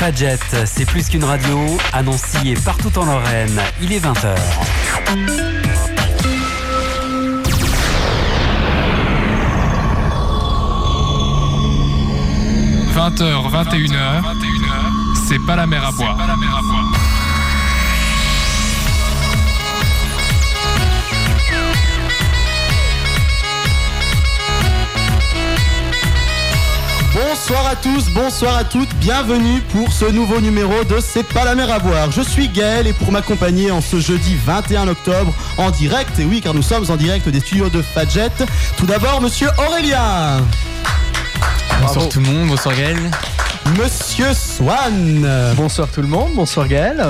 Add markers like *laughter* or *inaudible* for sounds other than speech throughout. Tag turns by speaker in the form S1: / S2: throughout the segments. S1: la Jet, c'est plus qu'une radio, à Nancy et partout en Lorraine, il est 20h.
S2: h 21h, c'est pas la mer à boire.
S3: Bonsoir à tous, bonsoir à toutes, bienvenue pour ce nouveau numéro de C'est pas la mer à boire. Je suis Gaël et pour m'accompagner en ce jeudi 21 octobre en direct, et oui car nous sommes en direct des studios de Fadjet, tout d'abord monsieur Aurélien,
S4: Bonsoir tout le monde, bonsoir Gaël.
S3: monsieur Swan,
S5: Bonsoir tout le monde, bonsoir Gaël.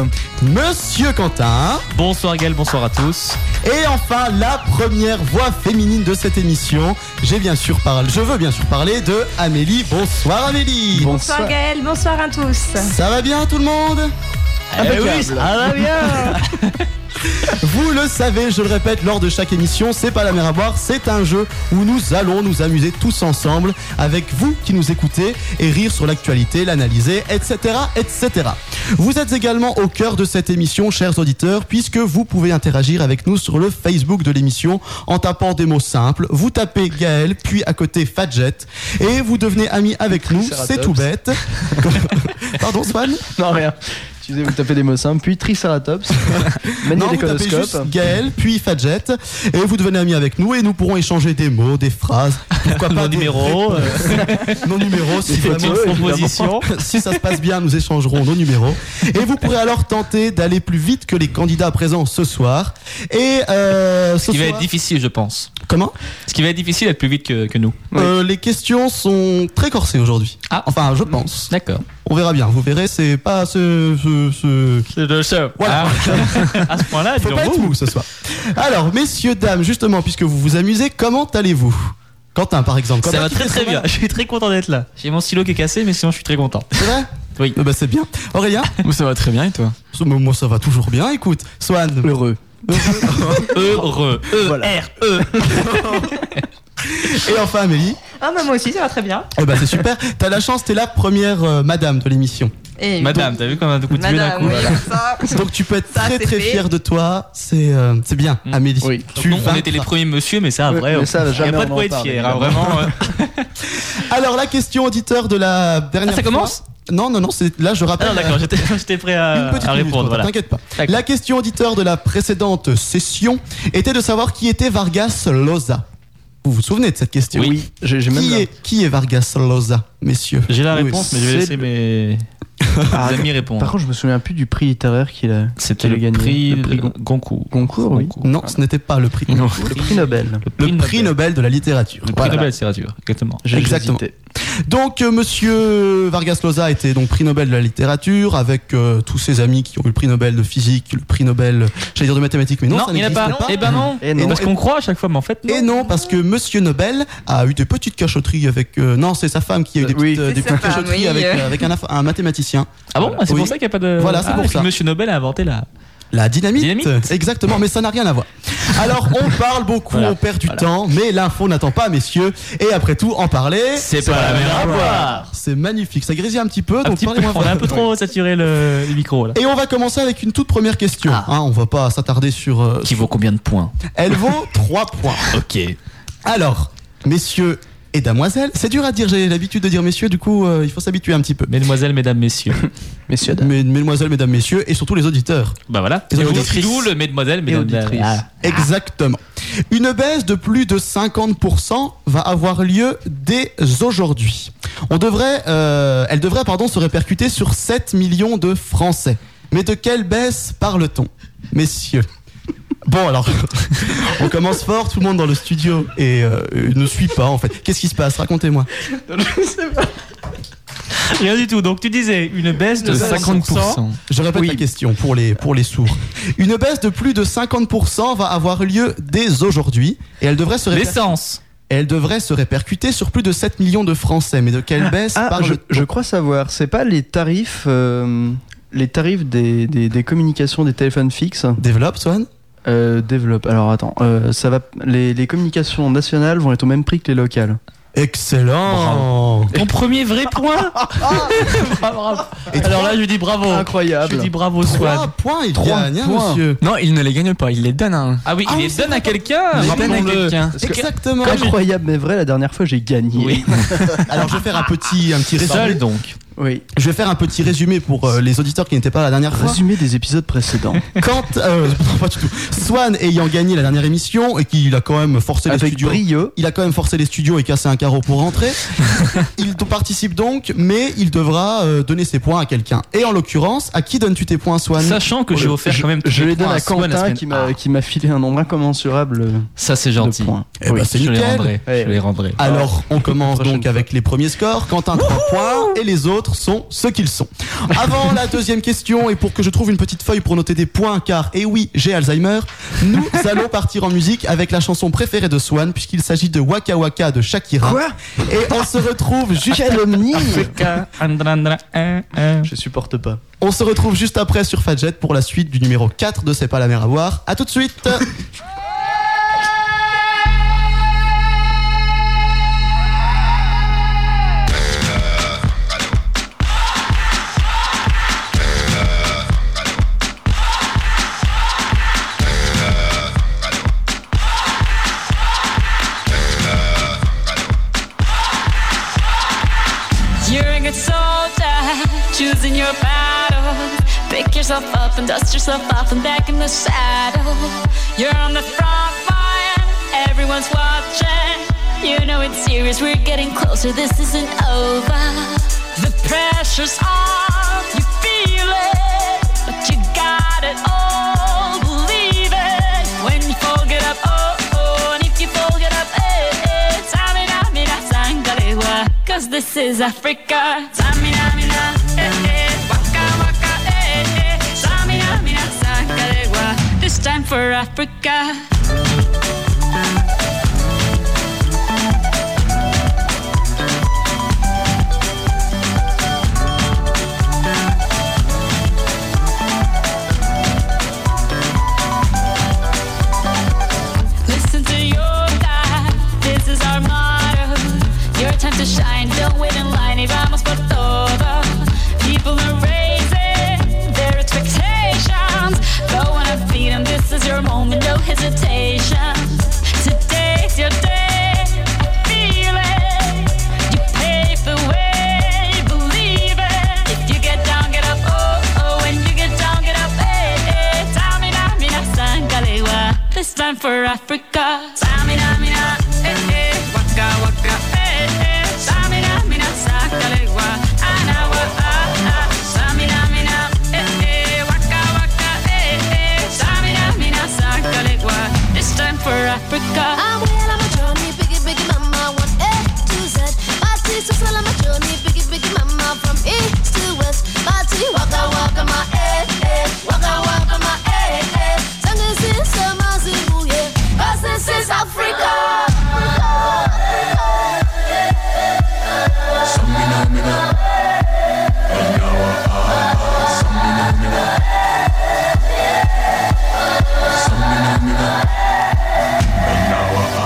S3: monsieur Quentin
S4: Bonsoir Gaël, bonsoir à tous.
S3: et enfin la première voix féminine de cette émission. J'ai bien sûr parlé, je veux bien sûr parler de Amélie. Bonsoir Amélie.
S5: Bonsoir.
S6: Bonsoir Gaël, bonsoir à tous.
S3: Ça va bien tout le monde
S5: Eh
S4: *laughs*
S3: Vous le savez, je le répète lors de chaque émission, c'est pas la mer à boire, c'est un jeu où nous allons nous amuser tous ensemble avec vous qui nous écoutez et rire sur l'actualité, l'analyser, etc., etc. Vous êtes également au cœur de cette émission, chers auditeurs, puisque vous pouvez interagir avec nous sur le Facebook de l'émission en tapant des mots simples. Vous tapez Gaël, puis à côté Fadjet, et vous devenez ami avec nous. C'est tout bête. *laughs* Pardon, Swan
S5: Non, rien. Tu sais, vous tapez des mots simples, puis
S4: *laughs*
S5: Triceratops,
S3: Non, vous tapez
S5: magnétoconoscope.
S3: juste Gaël, puis Fadjet, et vous devenez amis avec nous, et nous pourrons échanger des mots, des phrases,
S4: *laughs*
S3: pourquoi pas des
S4: numéro,
S3: réponses. nos numéros, si
S5: Des
S3: vraiment-
S5: photos, évidemment.
S4: Proposition.
S3: *laughs* si ça se passe bien, nous échangerons nos numéros. Et vous pourrez alors tenter d'aller plus vite que les candidats présents ce soir. Et euh, ce
S4: Ce qui va
S3: soir-
S4: être difficile, je pense.
S3: Comment
S4: Ce qui va être difficile d'être plus vite que, que nous.
S3: Euh, Les questions sont très corsées aujourd'hui.
S4: Ah.
S3: Enfin, je pense.
S4: D'accord.
S3: On verra bien. Vous verrez, c'est pas ce- ce- ce...
S4: C'est de ça.
S3: Voilà.
S4: *laughs* à ce point-là,
S3: Ah. Faut pas être mou ce soir. Alors, messieurs, dames, justement, puisque vous vous amusez, comment allez-vous Quentin, par exemple.
S4: Ça
S3: comment-
S4: va très très bien. Je suis très content d'être là. J'ai mon stylo qui est cassé, mais sinon je suis très
S5: *laughs*
S4: content.
S3: C'est vrai
S4: Oui.
S3: Eh ben, c'est bien. Aurélien
S5: Moi, ça va très bien et toi
S3: Moi, ça va toujours bien, écoute. Swan
S5: Heureux.
S4: Heureux. E
S5: Voilà.
S4: R E.
S3: Et enfin, Amélie.
S6: Ah bah moi aussi, ça va très bien.
S3: Eh ben, c'est super. T'as la chance, t'es la première euh, madame de l'émission.
S6: Et
S4: Madame, t'as vu comme un coup de
S6: donc,
S4: vieux d'un
S6: madame,
S4: coup.
S6: oui, ça.
S3: Donc, tu peux être
S6: Ça,
S3: très
S6: c'est
S3: très
S6: fait.
S3: fière de toi. C'est euh, c'est bien,
S4: Mm.
S3: Amélie.
S5: Oui.
S4: Donc,
S3: Tu
S4: non, on
S3: vaincras.
S4: était les premiers monsieur, mais ça,
S5: Mais-
S4: vrai.
S5: mais
S4: on-
S5: ça,
S4: Il n'y a
S5: jamais
S4: pas
S5: on
S4: de
S5: en
S4: quoi être
S5: parle,
S4: fier, hein,
S5: évidemment.
S4: vraiment. euh. *laughs*
S3: Alors, la question auditeur de la dernière
S4: Ah, ça
S3: fois-
S4: commence
S3: Non, non, non. c'est- Là, je
S4: Ah
S3: rappelle.
S4: non, d'accord, j'étais- *laughs* j'étais prêt à,
S3: Une petite
S4: Euh, à
S3: minute,
S4: répondre.
S3: Quentin,
S4: Voilà.
S3: T'inquiète pas.
S4: D'accord.
S3: La question auditeur de la précédente session était de savoir qui était Vargas Loza. Vous vous souvenez de cette question
S4: Oui.
S5: J'ai j'ai même
S3: Qui
S5: la-
S3: est, qui est Vargas Loza, messieurs
S4: J'ai la
S5: Oui,
S4: réponse, mais je vais
S5: c'est-
S4: laisser mes
S5: Ah,
S4: mes amis
S5: Par
S4: répondre.
S5: contre, je me souviens plus du prix littéraire qu'il a.
S4: C'était
S5: le
S4: le
S5: gagné,
S4: prix,
S5: le prix Gon-
S4: Goncourt.
S5: Goncourt, oui.
S4: Goncourt.
S3: Non, ce n'était pas le prix.
S5: Non.
S3: Le
S5: Le prix Nobel.
S4: Le
S3: prix Nobel. de la littérature.
S4: Le prix
S3: Voilà.
S4: Nobel de la littérature, exactement.
S5: J'ai- j'ai
S3: Exactement.
S5: hésité.
S3: Donc, euh, monsieur Vargas Loza était donc prix Nobel de la littérature avec euh, tous ses amis qui ont eu le prix Nobel de physique, le prix Nobel, j'allais dire de mathématiques, mais non, ça
S4: il n'y en a
S3: n'existe
S4: pas. Eh ben non.
S5: Et non.
S4: Parce qu'on croit à chaque fois, mais en fait, non.
S3: Et non, parce que Monsieur Nobel a eu des petites cachotteries avec. euh, non, c'est sa femme qui a eu des
S5: Euh, oui.
S3: petites, euh, des
S6: C'est sa
S3: petites
S6: femme,
S3: cachotteries
S6: oui,
S3: avec,
S6: euh.
S3: euh, avec un, aff- un mathématicien.
S4: Ah bon C'est
S3: Oui.
S4: pour ça qu'il n'y a pas de.
S3: Voilà, c'est
S4: Ah,
S3: pour
S4: parce que
S3: ça.
S4: Monsieur Nobel a inventé la.
S3: La dynamite.
S4: Dynamite.
S3: Exactement, mais ça n'a rien à voir. Alors, on parle beaucoup,
S4: Voilà.
S3: on perd du temps, mais l'info n'attend pas, messieurs. Et après tout, en parler.
S4: pas la mer à boire.
S3: C'est magnifique. Ça grésille un petit peu,
S4: Un
S3: donc
S4: petit peu,
S3: parlez-moi
S4: on a un peu
S3: fort.
S4: trop saturé le, le micro là.
S3: Et on va commencer avec une toute première question.
S4: Ah.
S3: Hein, on va pas s'attarder sur. euh,
S4: Qui vaut combien de points
S3: Elle
S4: *laughs*
S3: vaut 3 points.
S4: Ok.
S3: Alors, messieurs et damoiselles, c'est dur à dire, j'ai l'habitude de dire messieurs, du coup, euh, il faut s'habituer un petit peu.
S4: Mesdemoiselles, mesdames, messieurs.
S5: Messieurs, dames.
S3: Mais, mesdemoiselles, mesdames, messieurs, et surtout les auditeurs.
S4: bah voilà.
S3: Et
S4: Et vous-
S3: auditrices.
S4: D'où le mesdemoiselles, mesdames,
S5: auditrices.
S4: Ah.
S3: Exactement. Une baisse de plus de 50% va avoir lieu dès aujourd'hui. On devrait, euh, elle devrait pardon, se répercuter sur 7 millions de Français. Mais de quelle baisse parle-t-on, messieurs Bon alors, *laughs* on commence fort, tout le monde dans le studio et euh, ne suit pas en fait. Qu'est-ce qui se passe Racontez-moi.
S4: Rien du tout. Donc tu disais une baisse de 50%.
S3: Je répète
S5: Oui.
S3: la question pour les, pour les sourds. Une baisse de plus de 50% va avoir lieu dès aujourd'hui et elle devrait se répercuter.
S4: L'essence.
S3: Et Elle devrait se répercuter sur plus de 7 millions de Français. Mais de quelle baisse
S5: Ah,
S3: parle
S5: je, je crois savoir. C'est pas les tarifs. euh, Les tarifs des, des- des communications des téléphones fixes
S3: Développe, Swan
S5: euh, développent. Alors attends, euh, ça va. Les, les communications nationales vont être au même prix que les locales.
S3: Excellent
S4: Ton premier vrai point Bravo, bravo.
S3: Et
S4: Alors là, je lui dis
S3: Oh,
S4: bravo. Je lui
S5: Incroyable.
S4: dis bravo,
S3: Trois
S4: Swan.
S3: points, il
S7: Trois
S3: gagne, hein,
S7: points.
S3: monsieur.
S7: Non, il ne les gagne pas, il les donne à un.
S4: Ah oui,
S3: Ah
S4: il
S3: oui,
S4: les
S3: c'est
S4: donne à quelqu'un.
S3: Il les donne à
S4: Ah, rappelons-le.
S7: quelqu'un.
S4: Parce que-
S3: Exactement.
S5: Incroyable, mais vrai, la dernière fois, j'ai gagné.
S4: Oui.
S3: Alors je vais faire un petit, un petit résumé.
S7: Seul donc.
S5: *laughs* Oui.
S3: Je vais faire un petit résumé pour euh, les auditeurs qui n'étaient pas là la dernière fois.
S5: Résumé des épisodes précédents.
S3: Quand euh, *laughs* non, pas du tout. Swan ayant gagné la dernière émission et qu'il a quand même forcé les
S5: Avec
S3: studios.
S5: brio.
S3: Il a quand même forcé les studios et cassé un carreau pour
S5: *laughs*
S3: rentrer. il t- participe donc, mais il devra euh, donner ses points à quelqu'un. Et en l'occurrence, à qui donnes-tu tes points, Swan
S4: Sachant que j'ai offert
S5: je,
S4: quand même tous
S5: je
S4: les
S5: les donne
S4: points
S5: à
S4: Swan la
S5: Quentin
S4: semaine. Ah,
S5: qui m'a qui m'a filé un nombre incommensurable
S7: Ça, c'est
S5: de
S7: gentil.
S5: points.
S4: Bah,
S3: Eh ben, c'est
S7: je les
S3: nickel.
S7: rendrai.
S5: Ouais.
S7: Je les rendrai.
S3: Alors, on commence donc
S5: fois.
S3: avec les premiers scores. Quentin 3 points et les autres sont ce qu'ils sont. Avant la deuxième question et pour que je trouve une petite feuille pour noter des points car, eh oui, j'ai Alzheimer, nous
S5: *laughs*
S3: allons partir en musique avec la chanson préférée de Swan puisqu'il s'agit de Waka Waka de Shakira.
S5: Quoi
S3: et on se retrouve juste,
S5: Calomnie
S4: Quentin.
S5: Je supporte pas.
S3: on se retrouve juste après sur Fadjet pour la suite du numéro 4 de C'est pas la mer à boire. À tout de
S4: *laughs*
S3: suite.
S8: You're a good soldier, choosing your battles. Pick yourself up and dust yourself off and back in the saddle. You're on the front line, everyone's watching. You know it's serious, we're getting closer, this isn't over. The pressure's on, you feel it, but you got it all, believe it. When you fall, get up, oh, oh, and if you fall, get up, eh, eh. Tamina, mina, sangalewa, cause this is Africa. Tamina, mina, eh, eh, waka, waka, eh, eh. Tamina, mina, sangalewa, this time for Africa. Listen to your dad, this is our motto. Your time to shine, don't wait in line, y vamos por todo. People are raising their expectations. Go on and feed 'em, this is your moment, no hesitation. Today's your day, feel it. You pave the way, believe it. If you get down, get up, oh, oh. When you get down, get up, eh, eh. Tamina, mina, sangalewa. This time for Africa. Tamina, mina, eh, eh. Waka, waka, eh, eh. Tamina, mina, sangalewa. Anawa, ah, ah. Tamina, mina, eh, eh. Waka, waka, eh, eh. Tamina, mina, sangalewa. This time for Africa.
S9: I will, I'm a journey, biggie, biggie mama, one A to Z. Party to sell, I'm a journey, biggie, biggie mama, from east to west. Party, waka waka my eh eh, waka waka my eh eh. Tango since the Mazibuye, cause this is Africa.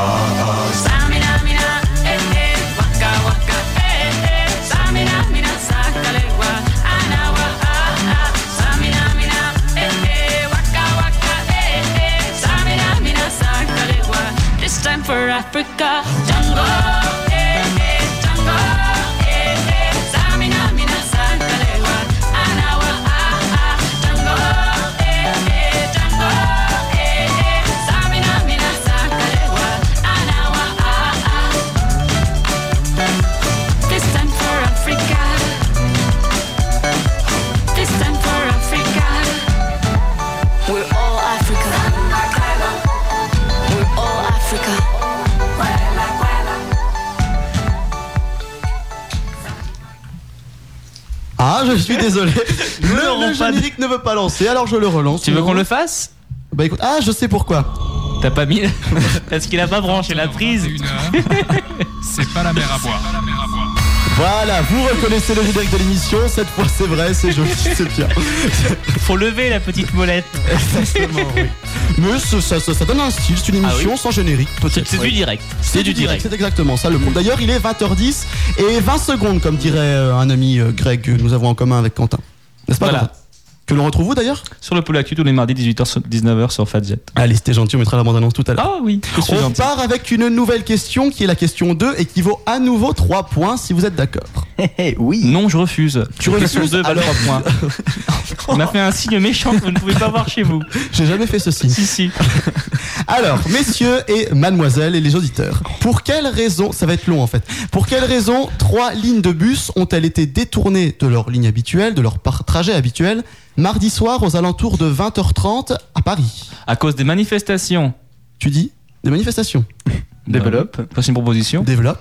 S8: Samina, mina, eh, eh, waka, waka, eh, eh. Samina, mina, sakalewa, anawa, ah, ah. Samina, mina, eh, eh, waka, waka, eh, eh. Samina, mina, sakalewa. This time for Africa, Django, eh, eh, Django, eh, eh. Samina, mina, sakalewa, anawa, ah, ah. Django, eh, eh, Django, eh, eh. Samina, mina, sakalewa, anawa, ah, ah. This time for Africa. This time for Africa. We're all Africa. We're all Africa.
S3: Ah, je suis
S4: *laughs*
S3: désolé.
S4: l'aurons
S3: Le, le
S4: pas de-
S3: générique ne veut pas lancer, alors je le relance.
S4: Tu veux qu'on le fasse
S3: Bah écoute, ah, je sais pourquoi.
S4: T'as pas mis *laughs* Parce qu'il a pas branché la prise.
S2: 21h, C'est pas la mer à boire.
S3: Voilà, vous reconnaissez le générique de l'émission. Cette fois,
S4: *laughs*
S3: c'est vrai, c'est joli, c'est bien.
S4: Faut lever la petite molette.
S3: Exactement, oui. Mais ce- ça, ça- ça donne un style, c'est une émission sans générique.
S4: Ah C'est
S3: peut-être,
S4: c'est
S3: oui.
S4: du direct. C'est du direct.
S3: C'est exactement ça le mot. D'ailleurs, il est 20h10 et 20 secondes, comme dirait euh, un ami euh, grec que nous avons en commun avec Quentin. N'est-ce pas
S4: Voilà.
S3: Quentin Que l'on retrouve où d'ailleurs
S4: Sur le pôle actu tous les mardis 18h-19h sur Fadjet.
S3: Allez, c'était gentil, on mettra la bande-annonce tout à l'heure.
S4: Ah oui, je suis
S3: on
S4: gentil.
S3: part avec une nouvelle question qui est la question 2 et qui vaut à nouveau 3 points si vous êtes d'accord.
S5: oui.
S4: Non, je refuse.
S3: Tu
S4: Question
S3: refuses
S4: deux, valent
S3: Alors-
S4: trois points. On a fait un signe méchant que vous ne pouvez pas voir chez vous.
S3: J'ai jamais fait ceci.
S4: Si, si.
S3: Alors, messieurs et mademoiselle et les auditeurs, pour quelles raisons, ça va être long en fait, pour quelles raisons trois lignes de bus ont-elles été détournées de leur ligne habituelle, de leur par- trajet habituel, mardi soir aux alentours de 20h30 à Paris
S4: À cause des manifestations.
S3: Tu dis des manifestations.
S5: Développe.
S4: Passe une proposition.
S3: Développe.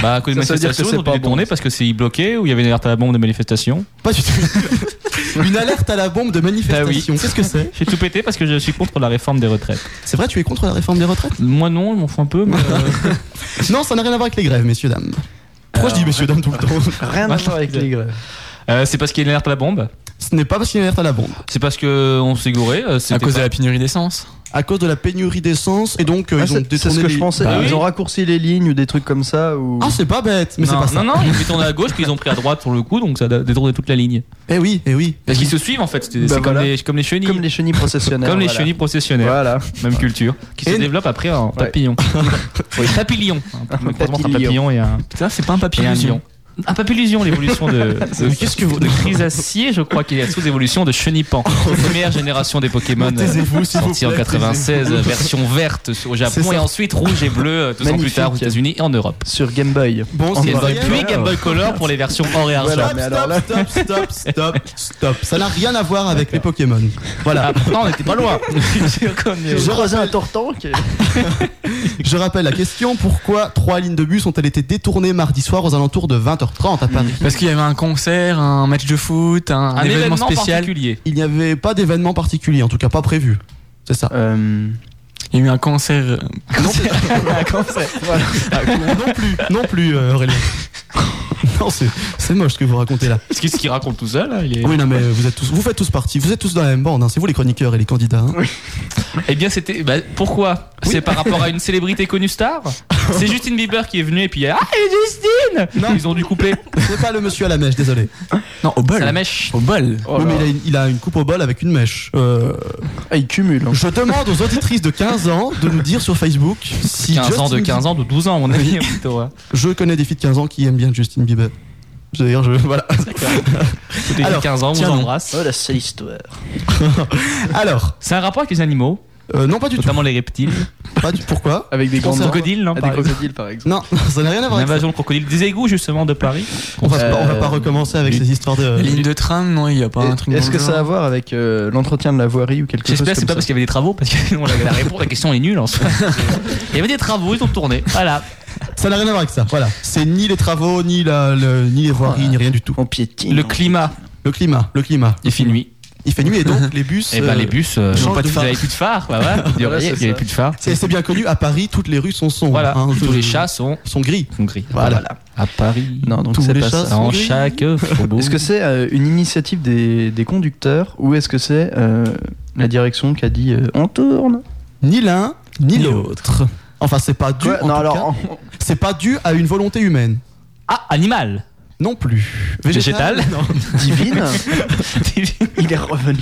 S4: Bah, à cause des
S5: Ça, ça veut dire que
S4: manifestations,
S5: c'est
S4: ils ont
S5: pas
S4: dû
S5: bon.
S4: tourner parce que c'est bloqué ou il y avait une alerte à la bombe des manifestations.
S3: Pas du tout. *laughs* Une alerte à la bombe de manifestation.
S4: Bah oui.
S3: Qu'est-ce que c'est
S4: J'ai tout pété parce que je suis contre la réforme des retraites.
S3: C'est vrai, tu es contre la réforme des retraites
S4: Moi non, je m'en fous
S5: *laughs*
S4: un peu, mais euh,
S3: *laughs* Non, ça n'a rien à voir avec les grèves, messieurs, dames. Pourquoi je dis messieurs, dames tout le temps
S5: Rien à voir avec les grèves.
S4: euh, c'est parce qu'il y a une alerte à la bombe.
S3: *laughs* Ce n'est pas parce qu'il y a une alerte à la bombe.
S4: C'est parce que on s'est gouré. euh, c'était
S7: à cause
S4: pas-
S7: de la pénurie d'essence.
S3: À cause de la pénurie d'essence et donc euh,
S5: Ah,
S3: ils ont
S5: c'est
S3: détourné
S5: c'est ce que
S3: les-
S5: je pensais.
S4: Bah oui.
S5: Ils ont raccourci les lignes ou des trucs comme ça. Ou...
S3: Ah, c'est pas bête, mais c'est
S4: non,
S3: pas ça.
S4: non, non, ils ont
S5: *laughs*
S4: tourné à gauche puis ils ont pris à droite sur le coup, donc ça a détourné toute la ligne.
S3: Eh oui, eh oui.
S4: Parce qu'ils se suivent en fait. C'est
S5: Bah
S4: c'est comme,
S5: voilà.
S4: les, comme les chenilles.
S5: comme les chenilles processionnelles.
S4: Comme les
S5: voilà.
S4: chenilles processionnaires,
S5: Voilà.
S4: même culture, qui
S3: Et-
S4: se développent après en papillon. oui, papillon. Malheureusement, c'est un papillon et un,
S7: Putain, c'est pas un
S4: et un
S7: papillon.
S4: lion. Un papillusion, l'évolution *laughs* de, de, de Chrysacier, je crois qu'il est sous évolution de Chenipan. Première génération des Pokémon
S3: Mais taisez-vous,
S4: euh,
S3: s'il vous
S4: sortie en
S3: plaît,
S4: 96,
S3: taisez-vous.
S4: version verte sur- au
S3: C'est
S4: Japon
S3: ça.
S4: et ensuite rouge et bleu euh, deux ans plus
S5: Magnifique.
S4: tard aux États-Unis et en Europe.
S5: Sur Game Boy.
S3: Bon,
S4: Game Boy,
S3: rien.
S4: puis Game Boy Color pour les versions or et argent.
S5: Voilà.
S3: Stop,
S5: bah, mais alors là-
S3: stop, stop, stop, stop. Ça n'a rien à voir avec les Pokémon. Voilà.
S4: Ah, non, on n'était pas loin.
S5: Je croisais un tortan qui-
S3: Je rappelle la question pourquoi trois lignes de bus ont-elles été détournées mardi soir aux alentours de 20h30 à Paris
S5: Mm.
S7: Parce qu'il y avait un concert, un match de foot, un,
S4: Un
S7: événement,
S4: événement
S7: spécial.
S4: particulier.
S3: Il n'y avait pas d'événement particulier, en tout cas pas prévu. C'est ça.
S5: Euh,
S7: Il y a eu un concert. euh,
S5: Ah,
S3: non plus, non plus, euh,
S5: *laughs*
S3: Aurélien. Non, c'est c'est moche ce que vous racontez là.
S4: Parce que ce qu'il raconte tout seul, là, il est-
S3: Oui, non, mais vous êtes tous, vous faites tous partie, vous êtes tous dans la même bande. hein. C'est vous les chroniqueurs et les candidats. hein.
S4: Eh bien, c'était. bah, pourquoi C'est par rapport à une célébrité connue star C'est Justine Bieber qui est venue et puis. Ah, elle est Justine Ils ont dû couper.
S3: *laughs* C'est pas le monsieur à la mèche, désolé.
S7: Non, au bol.
S4: C'est la mèche.
S7: Au bol.
S3: Oui, mais il a, une, il a une coupe au bol avec une mèche. Euh,
S5: Ah, il cumule. hein.
S3: Je demande aux auditrices de 15 ans de nous dire sur Facebook si
S4: 15 ans,
S3: Justin
S4: de 15 ans, de 12 ans, à mon avis, plutôt. hein.
S3: Bieber- Je connais des filles de 15 ans qui aiment bien Justin Bieber. D'ailleurs, je voilà.
S4: Toutes les
S3: Alors,
S4: 15 ans, on vous
S3: tiens donc.
S4: embrasse.
S5: Oh, la seule histoire.
S3: Alors,
S4: C'est un rapport avec les animaux,
S3: euh, non pas du tout.
S4: notamment les reptiles.
S3: Pas du- pourquoi
S5: Avec des grandes
S3: Concert.
S5: dents.
S4: Crocodiles, non
S5: Ah,
S4: par
S5: Des
S4: exemple.
S5: crocodiles, par exemple.
S3: Non, *laughs* ça n'a rien à voir. Avec ça.
S4: L'invasion de crocodile, des égouts justement de Paris.
S3: On va, pas, on va
S5: Euh,
S3: pas recommencer avec ces histoires de.
S7: Ligne de train, non, il n'y a pas un truc.
S5: Est-ce
S7: dans le
S5: que ça a à
S7: genre.
S5: voir avec euh, l'entretien de la voirie ou quelque chose
S4: J'espère que c'est
S5: comme
S4: pas
S5: ça
S4: parce qu'il y avait des travaux, parce que sinon la, la réponse à la question est nulle en soi. Il y avait des travaux, ils ont tourné. Voilà.
S3: Ça n'a rien à voir avec ça. Voilà. C'est ni les travaux, ni la, le- ni les
S4: Oh
S3: voiries, ni rien du tout.
S5: On piétine.
S4: Le climat,
S3: Le climat, le climat.
S4: il fait nuit.
S3: Il fait nuit et
S4: *laughs*
S3: donc les bus.
S4: Et ben
S3: euh,
S4: les bus, euh,
S3: change
S4: ils ont pas de
S3: de
S4: phare. Ils avaient plus de phare. Bah voilà, il y
S5: Voilà,
S4: avait-
S5: c'est
S4: il y avait
S5: ça.
S4: plus de phare.
S3: C'est c'est bien connu à Paris, toutes les rues sont sombres.
S4: Voilà,
S3: hein.
S4: tous les chats sont,
S3: sont gris.
S4: sont gris.
S3: Voilà.
S4: À Paris.
S5: Non, donc
S3: Tous
S5: c'est
S3: les
S5: pas
S3: chats
S5: ça.
S3: sont
S4: En
S3: gris.
S4: chaque faubourg.
S5: Est-ce que c'est euh, une initiative des, des conducteurs ou est-ce que c'est euh, la direction qui a dit euh, on tourne
S3: Ni l'un ni l'autre. Enfin, c'est pas dû.
S5: Quoi
S3: en
S5: Non,
S3: tout
S5: alors.
S3: cas,
S5: en-
S3: c'est pas dû à une volonté humaine.
S4: Ah, animal
S3: Non plus.
S4: Végétal,
S5: *laughs* Divine
S4: *laughs* Il
S5: Il est revenu.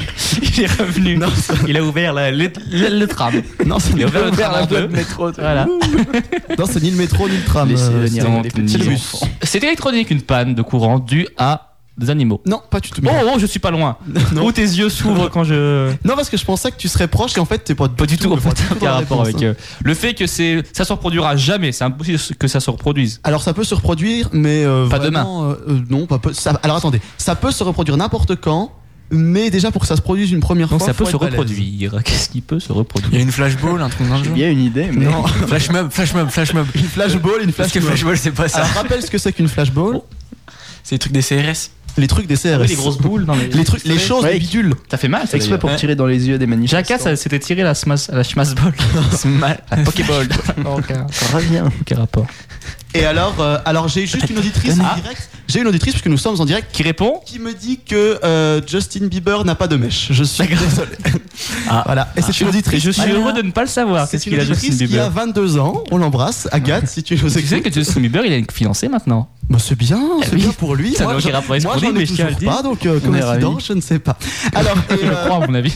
S4: est revenu. Il a ouvert la- le, le- le tram.
S3: Non, c'est
S4: Il a ouvert le tram en deux.
S5: métro.
S4: Voilà.
S3: non, c'est ni le métro ni le tram.
S5: Laissez
S3: euh,
S5: venir
S3: c'est-
S5: les petits
S3: c'est le bus.
S5: enfants.
S4: C'est électronique, une panne de courant due à des animaux.
S3: Non, pas du tout.
S4: Oh, oh, je suis pas loin.
S3: Non.
S4: Où tes yeux s'ouvrent quand je.
S3: Non, parce que je pensais que tu serais proche et en fait, t'es pas,
S4: Pas du tout, en
S3: Enfin,
S4: fait,
S3: t'es pas dans
S4: *laughs* aucun
S3: la
S4: rapport
S3: réponse,
S4: avec.
S3: hein.
S4: euh, le fait que c'est, ça se reproduira jamais, c'est impossible que ça se reproduise.
S3: Alors, ça peut se reproduire, mais. euh,
S4: Pas
S3: vraiment, euh, euh, non, pas peu- ça- Alors, attendez. Ça peut se reproduire n'importe quand, mais déjà pour que ça se produise une première
S4: Donc
S3: fois.
S4: ça peut
S3: faut
S4: se
S3: être à l'aise.
S4: reproduire. *laughs* Qu'est-ce qui peut se
S7: Il y
S4: reproduire
S7: a une flashball, un truc dans le
S5: J'ai
S7: genre.
S5: bien une idée, mais. Non.
S7: Flash mob, flash mob, flash mob.
S3: Une flashball, une
S7: Parce que flashball,
S3: flashball.
S7: c'est pas ça.
S3: Alors, rappelle ce que c'est qu'une flashball.
S7: C'est les trucs des CRS.
S3: Les trucs des CRS.
S4: Oui, les grosses boules dans les.
S3: Les trucs, les choses,
S5: Ouais.
S3: les bidules.
S4: Ça fait mal, ça.
S5: Exprès
S4: d'ailleurs.
S5: pour tirer dans les yeux des manifestants.
S4: Jacka, ça s'était tiré la smash, *laughs* la schmash ball. *laughs* la pokéball. aucun,
S5: Reviens.
S4: aucun rapport.
S3: Et alors, euh, alors j'ai juste une auditrice en direct. J'ai une auditrice, puisque nous sommes en direct,
S4: Qui répond
S3: qui me dit que euh, Justin Bieber n'a pas de mèche. Je suis
S4: *laughs*
S3: désolé. voilà. Et c'est une auditrice.
S4: Ah. Je suis heureux de ne pas le savoir.
S3: C'est
S4: Qu'est-ce
S3: une
S4: qu'il a
S3: auditrice
S4: Justin
S3: qui a
S4: Bieber
S3: 22 ans. On l'embrasse. Agathe, si tu nous
S4: Tu sais
S3: écoutes.
S4: que Justin Bieber, il a une fiancée maintenant.
S3: Bah, c'est bien, c'est
S4: oui.
S3: bien pour lui.
S4: Ça
S3: Moi,
S4: n'a aucun
S3: j'en-
S4: rapport avec ce
S3: moi,
S4: qu'on
S3: j'en
S4: dit, mais
S3: ai
S4: je tiens à le
S3: toujours
S4: dire.
S3: pas, donc euh,
S5: On est ravis.
S3: coïncidence, je ne sais
S4: *laughs*
S3: pas. Alors, et,
S4: *laughs* Je le
S3: euh,
S4: crois, à mon avis.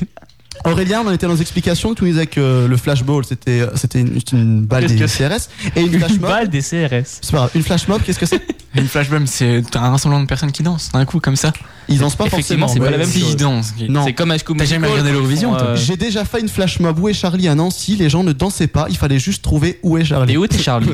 S3: Aurélien, on était dans les explications, tu nous disais que euh, le flashball, c'était euh, c'était une, une balle des
S4: Qu'est-ce
S3: CRS et une
S4: Une
S3: flash mob.
S4: balle des CRS.
S3: C'est pas grave, une flash mob, qu'est-ce que c'est
S7: *laughs* Une flashbomb, c'est t'as un rassemblement de personnes qui dansent d'un coup comme ça.
S3: Ils dansent pas
S4: Effectivement,
S3: forcément.
S4: c'est pas
S3: mais-
S4: la même
S7: Si,
S4: chose.
S7: ils dansent.
S3: Non.
S4: C'est comme à School
S7: T'as jamais
S4: Musical,
S7: regardé l'Eurovision,
S4: ils font,
S7: toi
S4: euh,
S3: J'ai déjà fait une flash mob où est Charlie à Nancy, les gens ne dansaient pas, il fallait juste trouver où est Charlie.
S4: Et où était Charlie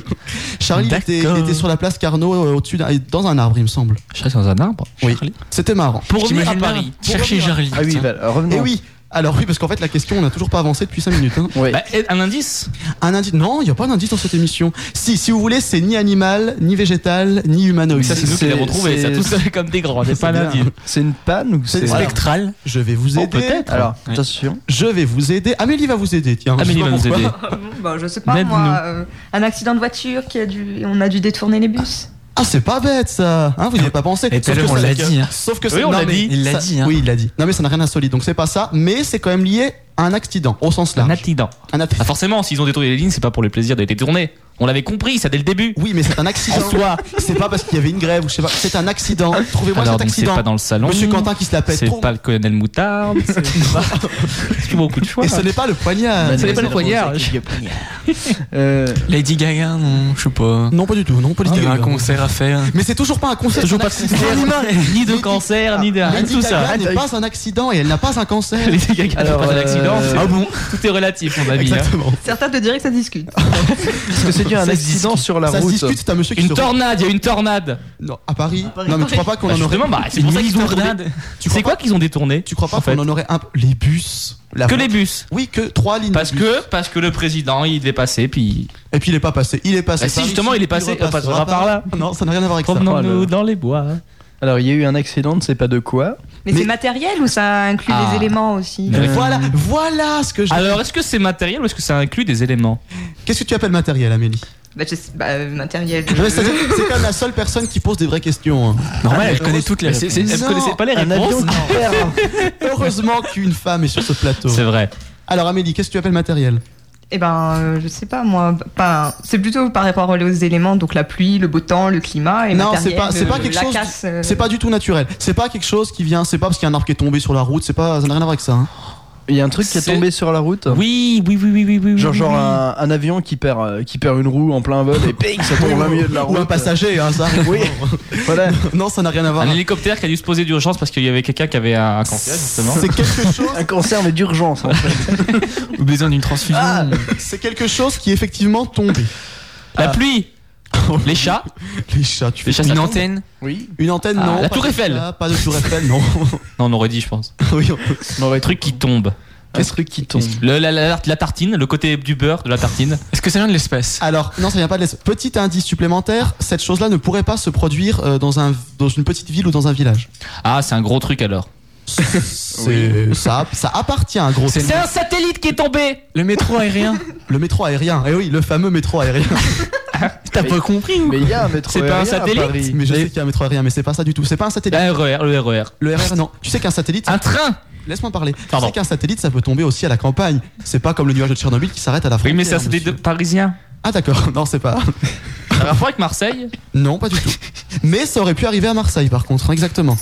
S3: Charlie il était,
S7: D'accord.
S3: il était sur la place Carnot euh, au-dessus d'un- dans un arbre il me semble.
S4: Charlie dans un arbre.
S3: Oui.
S4: Charlie.
S3: C'était marrant.
S4: Pour revenir à
S7: J'imagine bien
S4: Paris.
S7: chercher Jarly.
S5: Ah oui, bah, alors, revenons.
S3: Et Eh oui, alors oui parce qu'en fait la question on n'a toujours pas avancé depuis 5 minutes. hein.
S5: Ouais.
S4: Bah, et- un indice
S3: Un indice Non, il n'y a pas d'indice dans cette émission. Si, si vous voulez, c'est ni animal, ni végétal, ni humanoïde.
S4: Ça, c'est nous qui
S5: c'est-
S4: l'avons trouvé. Ça,
S5: c'est-
S4: tout ça, *laughs* comme des grands. C'est
S3: C'est
S4: pas
S3: bien.
S4: lundi.
S5: C'est une panne ou
S3: C'est
S5: c'est.
S3: voilà.
S7: Spectral.
S3: Je vais vous
S4: Oh,
S3: aider.
S4: peut-être.
S5: Alors,
S7: Ouais.
S5: attention.
S3: Je vais vous aider. Amélie va vous aider, tiens.
S4: Amélie
S3: Je sais
S4: va
S3: pas
S4: nous
S3: pourquoi.
S4: aider.
S6: Bon, bah, je sais pas,
S4: Aide-nous.
S6: moi, euh, un accident de voiture qui a dû. On a dû détourner les bus.
S3: Ah, c'est pas bête ça. Hein, vous n'y avez pas pensé.
S7: Et tout à
S3: Sauf
S7: l'heure,
S3: que
S7: on
S3: ça-
S7: l'a dit, hein.
S3: Sauf que
S4: Oui,
S3: c'est-
S4: on
S3: non,
S4: l'a
S3: mais
S4: dit.
S7: Il l'a
S3: ça-
S7: dit, hein.
S3: Oui, il l'a dit. Non, mais ça n'a rien d'insolite, donc c'est pas ça. Mais c'est quand même lié à un accident, au sens
S4: Un
S3: large.
S4: accident.
S3: Un accident.
S4: Ah, forcément, s'ils ont détourné les lignes, c'est pas pour le plaisir de les détourner. On l'avait compris, ça dès le début.
S3: Oui, mais c'est un accident.
S4: En soi.
S3: c'est pas parce qu'il y avait une grève ou je sais pas. C'est un accident. Trouvez-moi
S4: Alors,
S3: cet
S4: donc, c'est
S3: accident.
S4: pas dans le salon.
S3: Monsieur Quentin qui se la pète.
S4: C'est
S3: Trouve-
S4: pas le
S3: *laughs*
S4: colonel Moutarde. C'est pas. *laughs* C'est beaucoup de choix.
S3: Et ce n'est pas le poignard.
S4: Ce n'est Ah, pas le poignard. *laughs*
S5: Euh,
S7: Lady Gaga, non, je sais pas.
S3: Non, pas du tout. Non,
S4: Ah,
S3: pas du
S7: Il y
S3: tout.
S7: a un concert à faire.
S3: Mais c'est toujours pas un concert.
S4: Toujours
S3: c'est un accident.
S4: pas de concert, ni de cancer, ni de rien de
S3: Lady
S4: tout ça.
S3: Gaga n'est pas un accident et elle n'a pas un cancer.
S4: Les dégâts
S5: Alors,
S4: Alors, pas
S5: euh,
S4: d'accident.
S5: ah
S4: bon Tout est relatif, mon ami. hein.
S3: Exactement.
S6: Certains te diraient que ça discute.
S5: Est-ce que c'est dû à un
S7: Ça se
S5: accident sur la
S3: Ça se
S5: route
S3: discute, c'est un monsieur qui
S4: hein. Une
S3: se
S4: tornade, il y a une tornade.
S3: Non, à Paris. Non, mais tu crois pas qu'on
S4: Bah,
S3: en aurait.
S4: justement, bah, c'est pour ça qu'ils ont tourné.
S3: Tu crois
S4: C'est quoi
S3: pas-
S4: qu'ils ont détourné
S3: Tu crois pas
S4: en
S3: qu'on
S4: fait
S3: en aurait un Les bus. la
S4: Que
S3: voie-
S4: les bus.
S3: Oui, que trois lignes.
S4: Parce
S3: de bus.
S4: que, parce que le président il devait passer, puis.
S3: Et puis il est pas passé. Il est passé.
S4: Bah, si,
S3: Paris,
S4: justement, il est passé, on passera par là.
S3: Non, ça n'a rien à voir avec ça.
S4: Promenons-nous
S5: le-
S4: dans les bois.
S5: Alors, il y a eu un accident, on ne sait pas de quoi.
S6: Mais,
S3: Mais-
S6: c'est matériel ou ça inclut
S4: Ah.
S6: des éléments aussi
S4: Mais-
S3: Voilà, voilà ce que je.
S4: Alors, est-ce que c'est matériel ou est-ce que ça inclut des éléments
S3: Qu'est-ce que tu appelles matériel, Amélie
S6: bah, je sais- bah, euh, matériel.
S3: Non, mais c'est-à-dire que C'est quand même la seule personne qui pose des vraies questions. hein.
S7: Normal, elle connaît toutes les
S4: Ah, Mais c'est-
S7: réponses.
S4: c'est- Elle
S3: Non,
S4: connaissait pas les
S5: un avion
S4: réponses.
S5: qui perd.
S3: Heureusement qu'une femme est sur ce plateau.
S4: C'est vrai.
S3: Alors Amélie, qu'est-ce que tu appelles matériel
S6: Eh ben, euh, je sais pas moi. Pas. C'est plutôt par rapport aux éléments, donc la pluie, le beau temps, le climat et
S3: Non,
S6: matériel,
S3: c'est pas, c'est
S6: euh,
S3: pas quelque
S6: la
S3: chose.
S6: casse, euh,
S3: C'est pas du tout naturel. C'est pas quelque chose qui vient. C'est pas parce qu'il y a un arbre qui est tombé sur la route. C'est pas, ça n'a rien à voir avec ça. hein.
S5: Il y a un truc qui est
S4: C'est-
S5: tombé sur la route.
S4: Oui, oui, oui, oui, oui, oui.
S5: Genre,
S4: oui,
S5: genre
S4: oui.
S5: un, un avion qui perd, euh, qui perd une roue en plein vol et ping, ça tombe au milieu de la route.
S3: Ou un passager, hein, ça.
S5: Oui,
S3: *laughs*
S5: voilà.
S3: non, ça n'a rien à voir.
S4: Un hélicoptère qui a dû se poser d'urgence parce qu'il y avait quelqu'un qui avait un cancer, justement.
S3: C'est quelque chose.
S5: Un cancer, mais d'urgence. en fait.
S7: *laughs* Ou besoin d'une transfusion.
S4: Ah,
S3: C'est quelque chose qui est effectivement tombé.
S7: Ah.
S4: La
S7: *laughs*
S4: pluie Les chats
S3: Les chats, tu fais
S4: Les chats, ça
S7: Une
S4: tombe
S7: antenne.
S5: Oui,
S3: une antenne,
S4: Ah,
S3: non
S4: la
S3: pas
S4: Tour
S3: de
S4: Eiffel. Ah
S3: chat, Pas de tour Eiffel,
S4: *laughs*
S3: non.
S4: Non, on aurait dit, je pense.
S3: oui,
S5: on aurait
S4: Le truc qui tombe.
S5: un truc qui tombe.
S4: Le- la, la- la tartine, le côté du beurre de la tartine.
S7: Est-ce que ça vient de l'espace
S3: Alors, non, ça vient pas de l'espace. Petit indice supplémentaire, cette chose-là ne pourrait pas se produire euh, dans, un, dans une petite ville ou dans un village.
S4: Ah, c'est un gros truc alors.
S3: C'est- ça, ça appartient à un gros.
S7: C'est
S4: un satellite qui est tombé
S7: le métro
S4: *laughs*
S7: aérien.
S3: Le métro aérien, eh oui, le fameux métro aérien.
S7: T'as pas compris ou
S5: Mais il y a un métro.
S4: C'est pas un
S5: aérien à
S4: satellite
S5: Paris.
S3: mais je sais qu'il y a un métro aérien, mais c'est pas ça du tout. C'est pas un satellite.
S4: Le RER, le RER.
S3: Le RR, non. Tu sais qu'un satellite,
S4: Un train
S3: laisse-moi parler.
S4: Bah, Ah. Pardon.
S3: Tu sais qu'un satellite, ça peut tomber aussi à la campagne. C'est pas comme le nuage de Tchernobyl qui s'arrête à la
S4: Oui,
S3: frontière.
S4: mais c'est un satellite
S3: monsieur.
S4: de- parisien.
S3: Ah d'accord, *laughs* non, c'est pas.
S4: Ça a rapport avec Marseille
S3: Non, pas du tout. *laughs* Mais ça aurait pu arriver à Marseille, par contre, hein, exactement.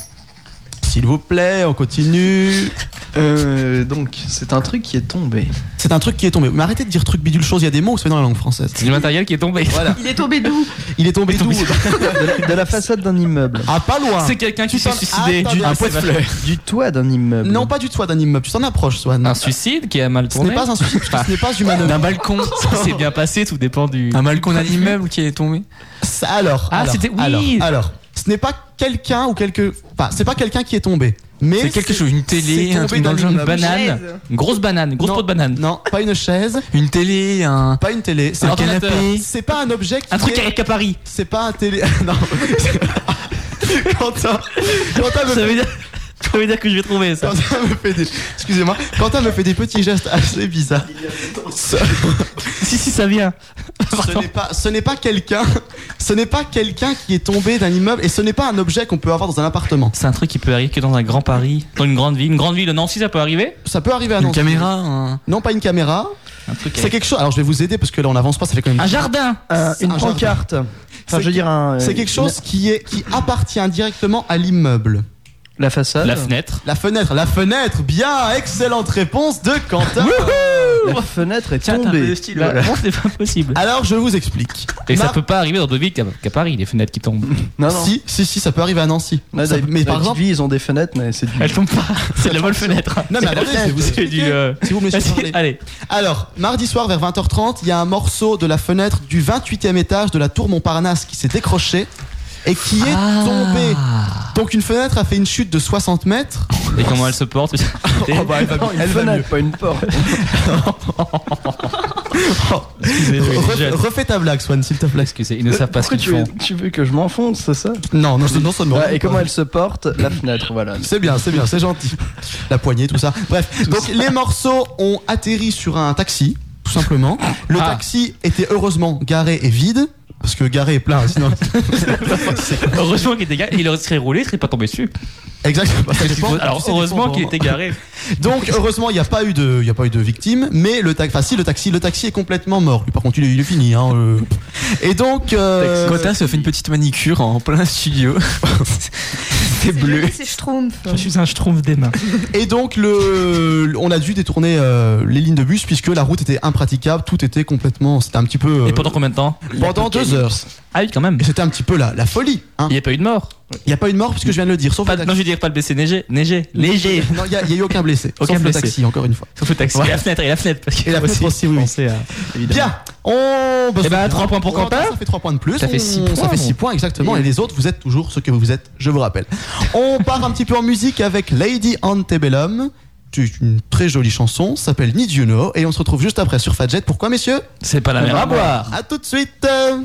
S3: S'il vous plaît, on continue.
S5: Euh, donc, c'est un truc qui est tombé.
S3: C'est un truc qui est tombé. Mais arrêtez de dire truc bidule chose, il y a des mots où c'est dans la langue française.
S4: C'est du matériel qui est tombé.
S3: Voilà.
S6: Il est tombé d'où
S3: Il est tombé, d'où
S5: De la, de la façade d'un immeuble.
S3: Ah, pas loin
S4: C'est quelqu'un qui
S3: Tu
S4: s'est
S3: parles-
S4: suicidé.
S3: Attends,
S4: Du-
S3: un pot de fleurs.
S5: Du toit d'un immeuble.
S3: Non, pas du toit d'un immeuble, tu t'en approches, Swan.
S4: Un suicide qui a mal
S3: ce
S4: tourné. Ah.
S3: n'est pas un suicide, parce que ce n'est pas humanoïde.
S7: D'un
S4: *laughs*
S7: balcon.
S4: Ça s'est bien passé, tout dépend du.
S7: Un balcon d'un immeuble qui est tombé.
S3: Ça- Alors,
S4: Ah,
S3: alors,
S4: c'était- oui.
S3: alors, alors, ce n'est pas quelqu'un ou quelque. Enfin, c'est pas quelqu'un qui est tombé. Mais
S7: C'est quelque chose, une télé,
S3: c'est
S7: un
S3: tombé
S7: truc dans
S3: d'un
S7: le genre.
S4: Une
S3: immeuble.
S4: banane.
S6: Chaise.
S4: Une grosse banane, grosse
S3: Non.
S4: peau de banane.
S3: Non, pas une chaise,
S7: Une télé, un.
S3: pas une télé. C'est
S4: Un ordinateur.
S3: C'est pas un objet. Qui
S4: Un truc
S3: est-
S4: avec à Paris.
S3: C'est pas un télé. *laughs* non. Quentin. Quentin me
S4: Ça veut dire. *laughs* ça veut dire que je vais trouver ça.
S3: Quentin me fait des... Excusez-moi, Quentin me fait des petits gestes assez bizarres. Ce,
S4: Si, si, ça vient.
S3: ce n'est pas, ce n'est pas quelqu'un, Ce n'est pas quelqu'un qui est tombé d'un immeuble et ce n'est pas un objet qu'on peut avoir dans un appartement.
S4: C'est un truc qui peut arriver que dans un grand Paris, dans une grande ville. Une grande ville, non, si ça peut arriver. Ah
S3: Ça peut arriver à
S7: Une
S3: Nantes.
S7: caméra, un-
S3: Non, pas une caméra.
S4: Un truc
S3: C'est
S4: avec-
S3: quelque chose. Alors je vais vous aider parce que là on n'avance pas, ça fait quand même.
S4: Un
S7: Ah,
S4: jardin
S5: Euh, une
S3: Un
S5: pancarte. Enfin,
S3: C'est-
S5: je veux dire un. euh,
S3: C'est quelque chose qui, est, qui appartient directement à l'immeuble.
S5: La façade.
S4: La fenêtre.
S3: La fenêtre, la fenêtre, bien, excellente réponse de Quentin.
S5: La fenêtre est
S4: Tiens, t'as un peu de
S5: tombée. Bah,
S4: style.
S5: La-
S4: Là, non, c'est pas possible.
S3: Alors je vous explique.
S4: Et ça
S3: Mar-
S4: peut pas arriver dans d'autres villes qu'à qu'à Paris, les fenêtres qui tombent.
S5: Non, non.
S3: Si, si, si, ça peut arriver à Nancy.
S5: Là,
S3: Ça-
S5: dans les-
S3: mais par
S5: dans les petites
S3: exemple,
S5: villes, ils ont des fenêtres, mais c'est du.
S4: Elles tombent pas. *laughs* C'est de la bonne fenêtre. hein.
S3: Non, mais
S4: C'est la
S3: attendez, je vais vous
S4: fenêtre. C'est
S3: expliquer.
S4: du, euh,
S3: si vous me *laughs* laissez parler.
S4: vas-y, Allez,
S3: Alors, mardi soir vers 20h30, il y a un morceau de la fenêtre du 28e étage de la tour Montparnasse qui s'est décroché et qui est
S5: Ah.
S3: tombé. Donc une fenêtre a fait une chute de 60 mètres.
S4: Et comment elle se porte
S3: Oh, bah, elle va-
S5: Non, une
S3: elle va mieux.
S5: fenêtre, pas une porte.
S4: Excusez,
S3: Re-
S4: je-
S3: refais ta blague, Swan, s'il te plaît.
S4: Excusez, ils ne savent pas ce
S5: Pourquoi
S4: qu'ils
S5: tu
S4: font.
S5: veux, tu veux que je m'enfonce, c'est ça
S3: Non, non, non seulement.
S5: Ah, Et comment elle se porte La fenêtre, voilà.
S3: C'est bien, c'est bien, c'est gentil. La poignée, tout ça. Bref, donc les morceaux ont atterri sur un taxi, tout simplement. Le
S4: Ah.
S3: taxi était heureusement garé et vide. Parce que garé est plein,
S4: *laughs*
S3: sinon.
S4: Heureusement qu'il était garé. Il aurait- serait roulé, il serait pas tombé dessus.
S3: Exactement. ça dépend.
S4: Alors
S3: Tu sais,
S4: heureusement
S3: dépend
S4: qu'il était garé.
S3: Donc heureusement, il n'y a pas eu de, il y a pas eu de victime, mais le taxi, enfin si le taxi, le taxi est complètement mort. Lui, par contre, il est, il est fini. Hein, euh. Et donc, euh,
S7: Quentin se fait une petite manicure en plein studio. C'est bleu.
S6: C'est Schtroumpf.
S4: suis un schtroumpf des mains.
S3: et donc le, on a dû détourner euh, les lignes de bus puisque la route était impraticable, tout était complètement, c'était un petit peu euh,
S4: Et pendant combien de temps
S3: pendant deux heures.
S4: Ah oui, quand même.
S3: Et c'était un petit peu la, la folie. Hein.
S4: Il n'y a pas eu de mort.
S3: Il n'y a pas eu de mort puisque je viens de le dire, sauf
S4: Pas
S3: le
S4: de- non, je
S3: taxi.
S4: veux dire pas le blessé neigé. Neigé. Léger.
S3: Non, il n'y a, il y a eu aucun blessé.
S4: Aucun
S3: sauf
S4: blessé.
S3: le taxi, encore une fois.
S4: Sauf le taxi. Et la fenêtre, et la fenêtre. Parce que
S3: Et la fenêtre aussi, oui. Bien, on.
S4: Eh ben, trois points pour
S3: on-
S4: Quentin.
S3: Ça fait 3 points de plus.
S4: Ça fait
S3: On-
S4: six points,
S3: Ça fait
S4: mon-
S3: six points, exactement. Et les autres, vous êtes toujours ce que vous êtes, je vous rappelle. On part un petit peu en musique avec Lady Antebellum. C'est une très jolie chanson, ça s'appelle Need You Know. Et on se retrouve juste après sur Fadjet. Pourquoi, messieurs
S4: C'est
S3: Ah
S4: pas la
S3: bah,
S4: mer à boire.
S3: À tout de suite euh.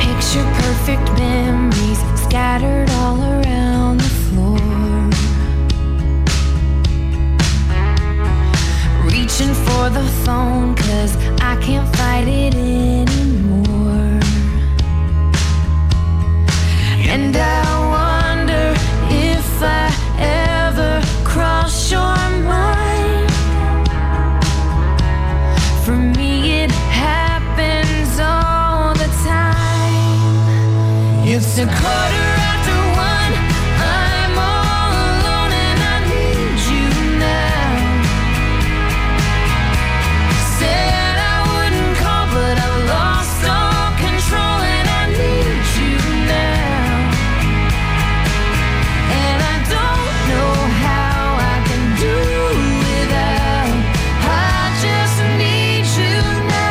S8: Picture perfect memories scattered all around the floor. Reaching for the phone, cause I can't fight it anymore. And I wonder if I ever cross your mind. For me, it happens all the time. It's a quarter after one. I'm all alone and I need you now. Said I wouldn't call, but I lost all control and I need you now. And I don't know how I can do without. I just need you now.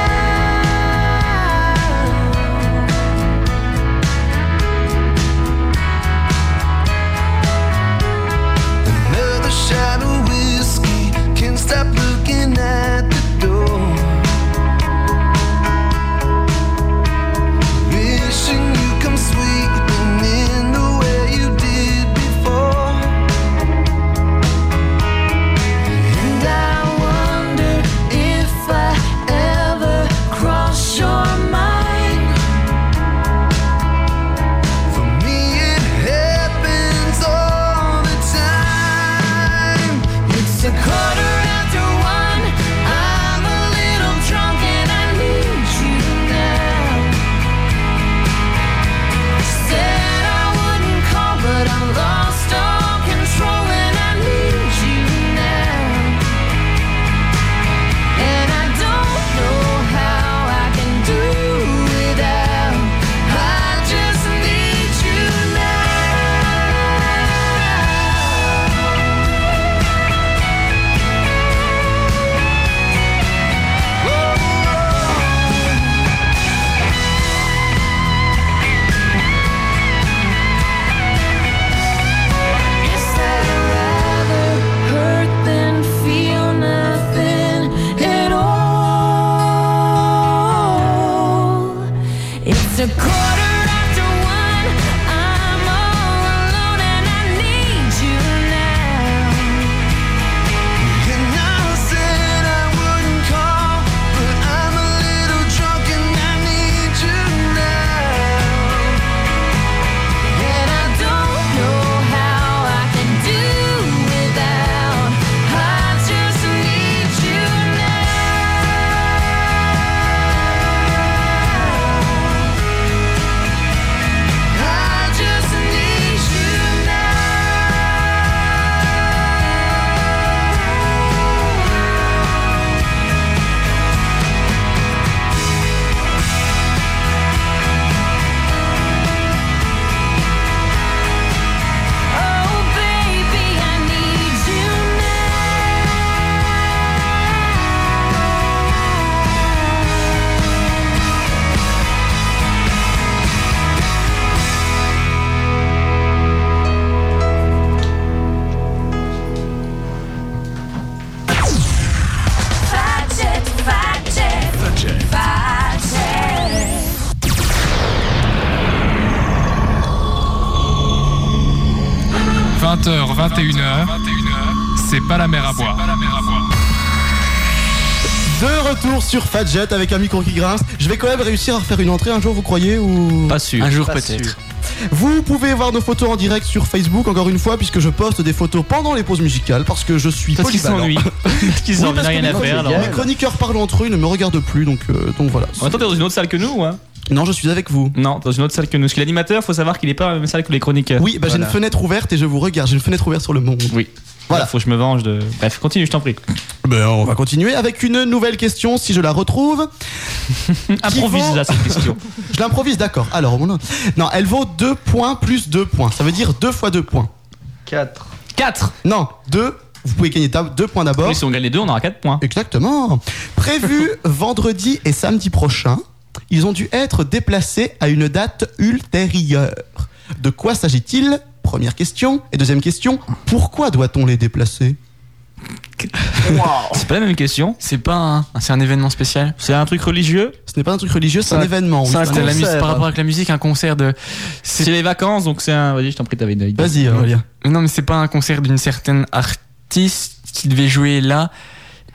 S8: Oh,
S2: 20h, 21h, c'est pas la mer à boire.
S3: De retour sur Fadjet avec un micro qui grince. Je vais quand même réussir à refaire une entrée un jour, vous croyez ou
S4: Pas sûr.
S7: Un jour
S5: Pas
S7: peut-être.
S5: sûr.
S3: Vous pouvez voir nos photos en direct sur Facebook, encore une fois, puisque je poste des photos pendant les pauses musicales, parce que je suis
S4: Parce qu'ils
S3: polyvalent.
S4: s'ennuient. *laughs* Parce qu'ils
S3: Oui,
S4: n'ont
S3: parce que
S4: rien
S3: mes
S4: à faire.
S5: convivial.
S4: alors.
S3: Les chroniqueurs parlent entre eux, ils ne me regardent plus, donc, euh, donc voilà.
S4: En même temps, t'es dans une autre salle que nous, ou hein
S3: Non, je suis avec vous.
S4: Non, dans une autre salle que nous. Parce que l'animateur, faut savoir qu'il est pas dans la même salle que les chroniqueurs.
S3: Oui, bah, j'ai
S4: Voilà.
S3: une fenêtre ouverte et je vous regarde, j'ai une fenêtre ouverte sur le monde.
S4: Oui.
S3: Voilà.
S4: Voilà. Faut que je me venge de. Bref, continue, je t'en prie.
S3: Ben, on va continuer avec une nouvelle question, si je la retrouve.
S4: Improvise
S7: *laughs*
S4: là cette question.
S3: Je l'improvise, d'accord. Alors, on a- non, elle vaut 2 points plus 2 points. Ça veut dire 2 fois 2 points.
S5: 4.
S4: 4
S3: Non, 2, vous pouvez gagner 2 points d'abord.
S4: Oui, si on gagne les deux, on aura 4 points.
S3: Exactement.
S5: *laughs*
S3: Prévu vendredi et samedi prochain, ils ont dû être déplacés à une date ultérieure. De quoi s'agit-il Première question. Et deuxième question, pourquoi doit-on les déplacer
S4: C'est pas la même question.
S7: C'est pas un, c'est un événement spécial.
S4: C'est un truc religieux.
S3: Ce n'est pas un truc religieux, c'est
S5: C'est
S3: un
S5: un-
S3: événement. oui.
S5: c'est un
S7: C'était la
S5: concert.
S7: musique par rapport avec la musique, un concert de.
S4: C'est les vacances, donc c'est un. Vas-y, je t'en prie, t'avais une idée.
S3: Vas-y, Aurélien.
S7: Mais non, mais c'est pas un concert d'une certaine artiste qui devait jouer là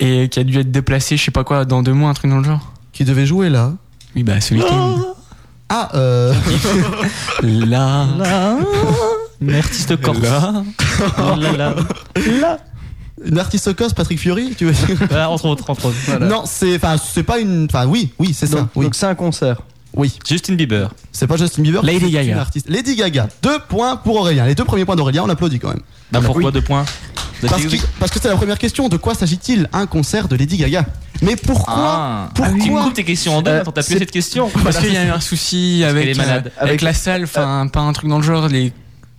S7: et qui a dû être déplacé, je sais pas quoi, dans deux mois, un truc dans le genre.
S3: Qui devait jouer là
S7: Oui, bah celui qui.
S3: Ah, euh. *laughs*
S7: Là.
S4: Une artiste corse.
S7: Là.
S4: Oh là là.
S3: Une artiste cos, Patrick Fiori, tu veux dire
S4: Voilà, Euh, entre autres, entre autres.
S5: Voilà.
S3: Non, c'est. Enfin, c'est pas une. Enfin, oui, oui, c'est ça.
S5: Donc
S3: Oui,
S5: donc c'est un concert.
S3: oui.
S4: Justin Bieber.
S3: C'est pas Justin Bieber.
S7: Lady
S3: c'est une
S7: Gaga.
S3: artiste. Lady Gaga. Deux points pour Aurélien. Les deux premiers points d'Aurélien, on l'applaudit quand même.
S4: Bah
S7: Ah,
S4: pourquoi deux points
S3: Parce, qu'il- parce que c'est la première question. De quoi s'agit-il Un concert de Lady Gaga. Mais pourquoi
S4: Ah,
S3: Pourquoi
S4: tu me coupes tes questions en deux
S5: Euh,
S4: Attends, t'as plus
S5: c'est-
S4: cette question.
S7: Parce
S3: Bah,
S7: qu'il y a eu un souci
S4: qu'elle
S7: avec,
S4: est malade.
S7: euh, avec la salle, enfin, pas un truc dans le genre, les,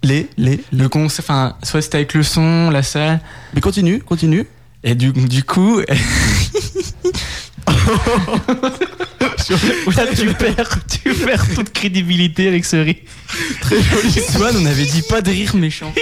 S3: Les, les.
S7: le concert, enfin, soit c'était avec le son, la salle,
S3: Mais continue, continue.
S7: et du, du coup, *laughs*
S4: Là, tu perds, tu perds toute crédibilité avec ce rire.
S7: Swan, on avait dit pas de rire méchant.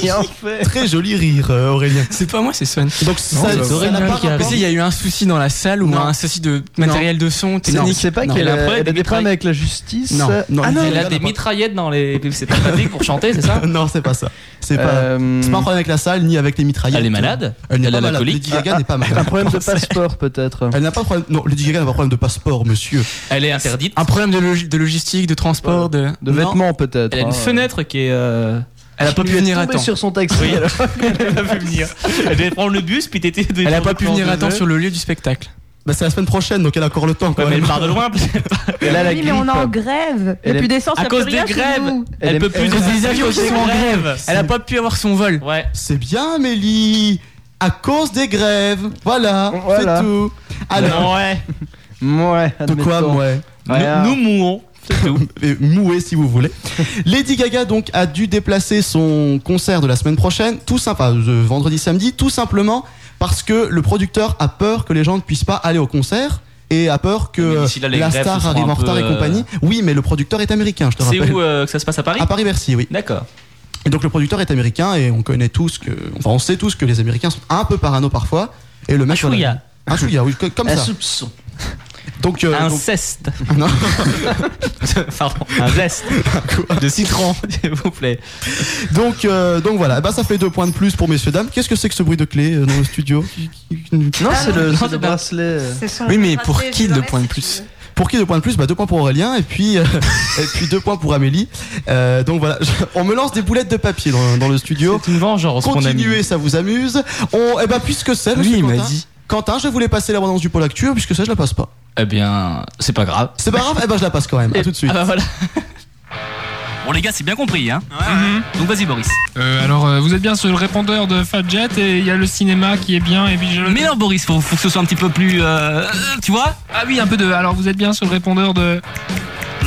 S5: Rien fait.
S3: Très joli rire, euh, Aurélien.
S7: C'est pas moi, c'est Swan.
S3: Donc ça,
S5: c'est
S3: ça n'a
S4: Aurélien
S3: pas
S4: qui a
S3: rapport-
S7: Mais si, il y a eu un souci dans la salle ou
S3: Non.
S7: un souci de matériel de son,
S5: C'est
S7: technique.
S5: c'est pas
S7: Non.
S5: qu'elle
S4: Elle a un
S5: a, elle a
S4: problème avec
S5: des
S4: les
S5: problèmes avec la justice.
S3: Non, non,
S5: ah, non,
S4: Elle a des mitraillettes dans les. C'est pas Patrick pour chanter, c'est ça
S3: *laughs* non, c'est pas ça. C'est pas.
S5: Euh,
S3: C'est pas un problème avec la salle ni avec les mitraillettes.
S4: Elle est malade
S3: Elle n'est
S4: Elle
S3: pas
S4: a la Ah,
S3: malade.
S4: colique
S3: Lady Gaga n'est pas
S5: un
S3: malade.
S5: problème de passeport peut-être.
S3: Elle n'a pas de problème. Non, Lady Gaga n'a pas de problème de passeport, monsieur.
S4: Elle est interdite.
S7: Un problème de, logi- de logistique, de transport, de.
S5: De
S3: Non.
S5: vêtements peut-être.
S4: Elle a
S5: hein.
S7: oh.
S4: une fenêtre qui est. euh, *laughs*
S7: Elle a pas
S5: Il
S7: pu
S5: est
S7: venir à
S5: tombé
S7: temps.
S5: sur son taxi.
S4: Oui.
S5: alors.
S4: Elle a pas pu venir. Elle devait prendre le bus, puis t'étais.
S7: Elle a pas pu venir à temps sur le lieu du spectacle.
S3: Bah, c'est la semaine prochaine, donc elle a encore le temps. Quand
S4: Ouais, mais
S3: même.
S4: elle part
S7: *laughs*
S4: de loin. parce que-
S5: Elle a la
S6: oui, mais on est en
S5: grippe.
S6: grève. Il
S5: Elle est-
S6: n'y a plus d'essence,
S4: à
S6: il y a
S4: cause
S6: plus
S4: des
S6: rien chez
S4: grèves.
S6: nous.
S5: Elle
S4: Elle
S5: aime-
S4: peut plus.
S5: elle-
S7: des avions qui sont en
S4: grève.
S7: Elle a pas pu avoir son vol.
S4: Ouais.
S3: *laughs* C'est bien, Amélie. À cause des grèves. Voilà,
S5: Voilà.
S3: c'est tout. Alors,
S4: Ouais.
S5: Ouais,
S3: de quoi,
S5: admettons. ah.
S3: ouais
S5: Voilà.
S4: Nous, nous mouons. C'est tout.
S3: et mouer Euh, si vous voulez. Lady Gaga donc a dû déplacer son concert de la semaine prochaine, tout simple, enfin, de vendredi samedi, tout simplement parce que le producteur a peur que les gens ne puissent pas aller au concert et a peur
S4: Mais
S3: que
S4: d'ici là, les
S3: la
S4: grèves, ce
S3: star
S4: sera
S3: arrive
S4: un
S3: en
S4: peu,
S3: retard et
S4: euh,
S3: compagnie. Oui, mais le producteur est américain, je te
S4: C'est
S3: rappelle.
S4: où euh, que ça se passe à
S7: Ah.
S4: Paris
S3: À Paris-Bercy, oui.
S4: D'accord.
S3: Et donc le producteur est américain et on connaît tous que, enfin on sait tous que les Américains sont un peu parano parfois. Et le mec,
S4: Un chouïa.
S3: voilà. un chouïa, oui, co- comme
S5: Un
S3: ça.
S5: soupçon.
S3: Donc, euh,
S4: Un
S3: donc-
S4: zeste.
S3: Non.
S4: *laughs* Pardon, un zeste. De citron, *laughs* s'il vous plaît.
S3: Donc, euh, donc voilà, bah, ça fait deux points de plus pour messieurs dames. Qu'est-ce que c'est que ce bruit de clé euh, dans le studio
S5: Non, c'est le, c'est
S4: non, c'est
S5: le
S4: pas-
S5: bracelet. euh.
S6: Ah, C'est son
S7: Oui, mais
S6: raté,
S7: pour
S6: je
S7: qui
S6: le
S7: deux
S6: laisse,
S7: points de
S6: si tu
S7: plus
S6: veux.
S3: Pour qui deux points de plus Bah deux points pour Aurélien et puis euh, *laughs* et puis deux points pour Amélie. Euh, donc voilà, je- on me lance des boulettes de papier dans, dans le studio.
S4: C'est une vengeance qu'on a mis.
S3: Continuez, ça vous amuse. On, eh ben puisque c'est.
S7: Oui,
S3: monsieur
S7: il m'a
S3: Quentin.
S7: dit.
S3: Quentin, je voulais passer l'abondance du pôle actuel puisque ça je la passe pas.
S4: Eh bien, c'est pas grave.
S3: C'est pas grave, eh ben je la passe quand même. À tout de suite.
S4: Ah bah voilà. Bon les gars, c'est bien compris hein. Donc vas-y Boris.
S2: Euh, alors, euh, vous êtes bien sur le répondeur de Fadjet et il y a le cinéma qui est bien et puis je-
S4: Mais non Boris, faut, faut que ce soit un petit peu plus euh, tu vois
S2: Ah oui, un peu de. Alors, vous êtes bien sur le répondeur de.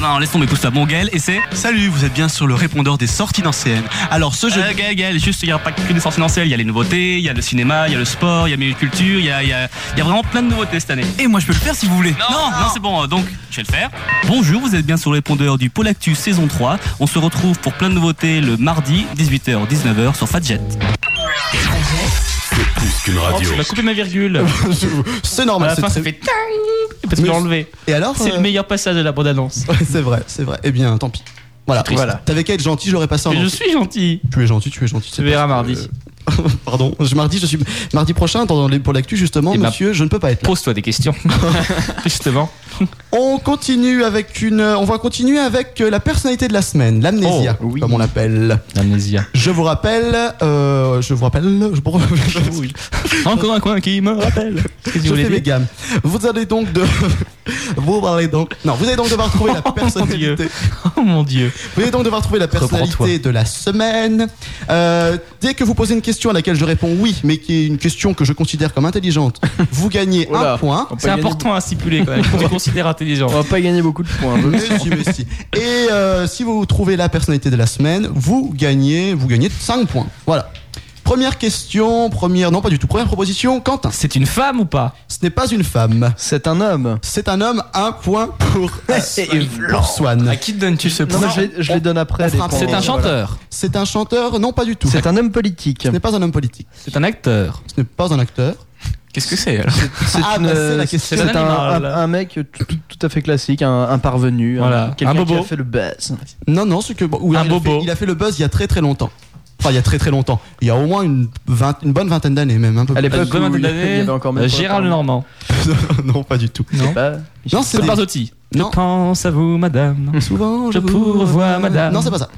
S4: Non, laisse tomber pousse la bon Gaël et c'est
S10: Salut, vous êtes bien sur le répondeur des sorties dans CN. Alors ce jeu,
S4: Euh, Gaël, Gaël, juste il y a pas que des sorties financières, il y a les nouveautés, il y a le cinéma, il y a le sport, il y a mes cultures, il y a, il y, a, il y a vraiment plein de nouveautés cette année.
S10: et moi je peux le faire si vous voulez.
S4: Non, non, c'est bon, euh, donc je vais le faire. Bonjour, vous êtes bien sur le répondeur du Pôle Actu saison 3. On se retrouve pour plein de nouveautés le mardi 18h 19h sur Fatjet.
S11: Plus qu'une radio.
S4: Oh, coupé
S11: *laughs*
S4: ma virgule.
S3: *laughs* c'est normal. c'est très-
S4: fait parce
S3: que je l'ai
S4: enlevé.
S3: Et alors euh,
S4: meilleur passage de la bande-annonce.
S3: *laughs* ouais, C'est vrai, c'est vrai. Eh bien, tant pis. Voilà,
S4: Triste.
S3: voilà. T'avais qu'à être gentil, j'aurais passé un
S4: Mais je
S3: an.
S4: suis gentil.
S3: Tu es gentil, tu es gentil.
S4: Tu verras mardi.
S3: *laughs* Pardon, je, mardi, je suis mardi prochain dans les- pour l'actu justement,
S4: Eh ben,
S3: monsieur, je ne peux pas être là.
S4: Pose-toi des questions. Justement.
S3: On continue avec une, on va continuer avec euh, la personnalité de la semaine, l'amnésia,
S4: Oh, oui.
S3: comme on l'appelle.
S4: Amnésia.
S3: Je vous rappelle, euh, je vous rappelle, je, je, *laughs*
S4: Encore un coin qui me rappelle. Qu'est-ce que
S3: je
S4: vous voulez
S3: fais mes
S4: dire
S3: gammes. Vous allez donc de, *laughs* vous allez donc, non, vous allez donc devoir trouver
S4: *laughs*
S3: la personnalité.
S4: Oh mon dieu.
S3: Vous allez donc devoir trouver la
S4: Reprends-toi.
S3: personnalité de la semaine. Euh, dès que vous posez une question à laquelle je réponds oui, mais qui est une question que je considère comme intelligente, vous
S4: *laughs*
S3: gagnez un point.
S4: C'est important à stipuler quand même. qu'on te considère intelligent.
S5: On va pas gagner beaucoup de points.
S3: *laughs* Mais si, mais si. Et euh, si vous trouvez la personnalité de la semaine, vous gagnez, vous gagnez 5 points. Voilà. Première question, première, non pas du tout, première proposition, Quentin.
S4: C'est une femme ou pas
S3: Ce n'est pas une femme,
S5: C'est un homme.
S3: c'est un homme, un point
S4: *laughs*
S3: pour, pour Swan.
S7: À qui te donnes-tu ce
S5: Non,
S7: point
S5: mais je, les- je les donne après.
S3: on
S5: les
S3: fera-
S5: points.
S4: C'est un
S3: Voilà.
S4: chanteur.
S3: C'est un chanteur, non pas du tout.
S5: C'est
S3: Ce
S5: un homme politique.
S3: n'est pas un homme politique,
S4: C'est un acteur.
S3: ce n'est pas un acteur.
S7: Qu'est-ce que c'est alors
S5: C'est
S3: Ah,
S5: une-
S3: bah, c'est la question.
S5: c'est un,
S4: C'est un animal.
S5: un- un mec tout, tout- tout à fait classique, un, un parvenu,
S4: Voilà.
S5: un- quelqu'un
S4: Un bobo.
S5: qui a fait le buzz.
S3: Non, non, ce que. ou
S4: Un
S3: il a
S4: bobo.
S3: fait- il a fait le buzz il y a très très longtemps. Enfin, il y a très très longtemps. Il y a au moins une, vingt- une bonne vingtaine d'années, même un peu
S5: À
S3: plus.
S5: l'époque
S4: Bonne
S5: où il y
S4: année.
S5: avait encore même
S4: Euh,
S5: pas
S4: Gérard
S5: de-
S4: Lenormand.
S3: *laughs* non, pas du tout.
S5: Je sais pas.
S3: Non,
S4: C'est
S3: c'est des-
S4: Barzotti.
S3: Non,
S4: Pense à vous, madame.
S3: souvent,
S4: Je pourvois, madame.
S3: Non, c'est pas ça.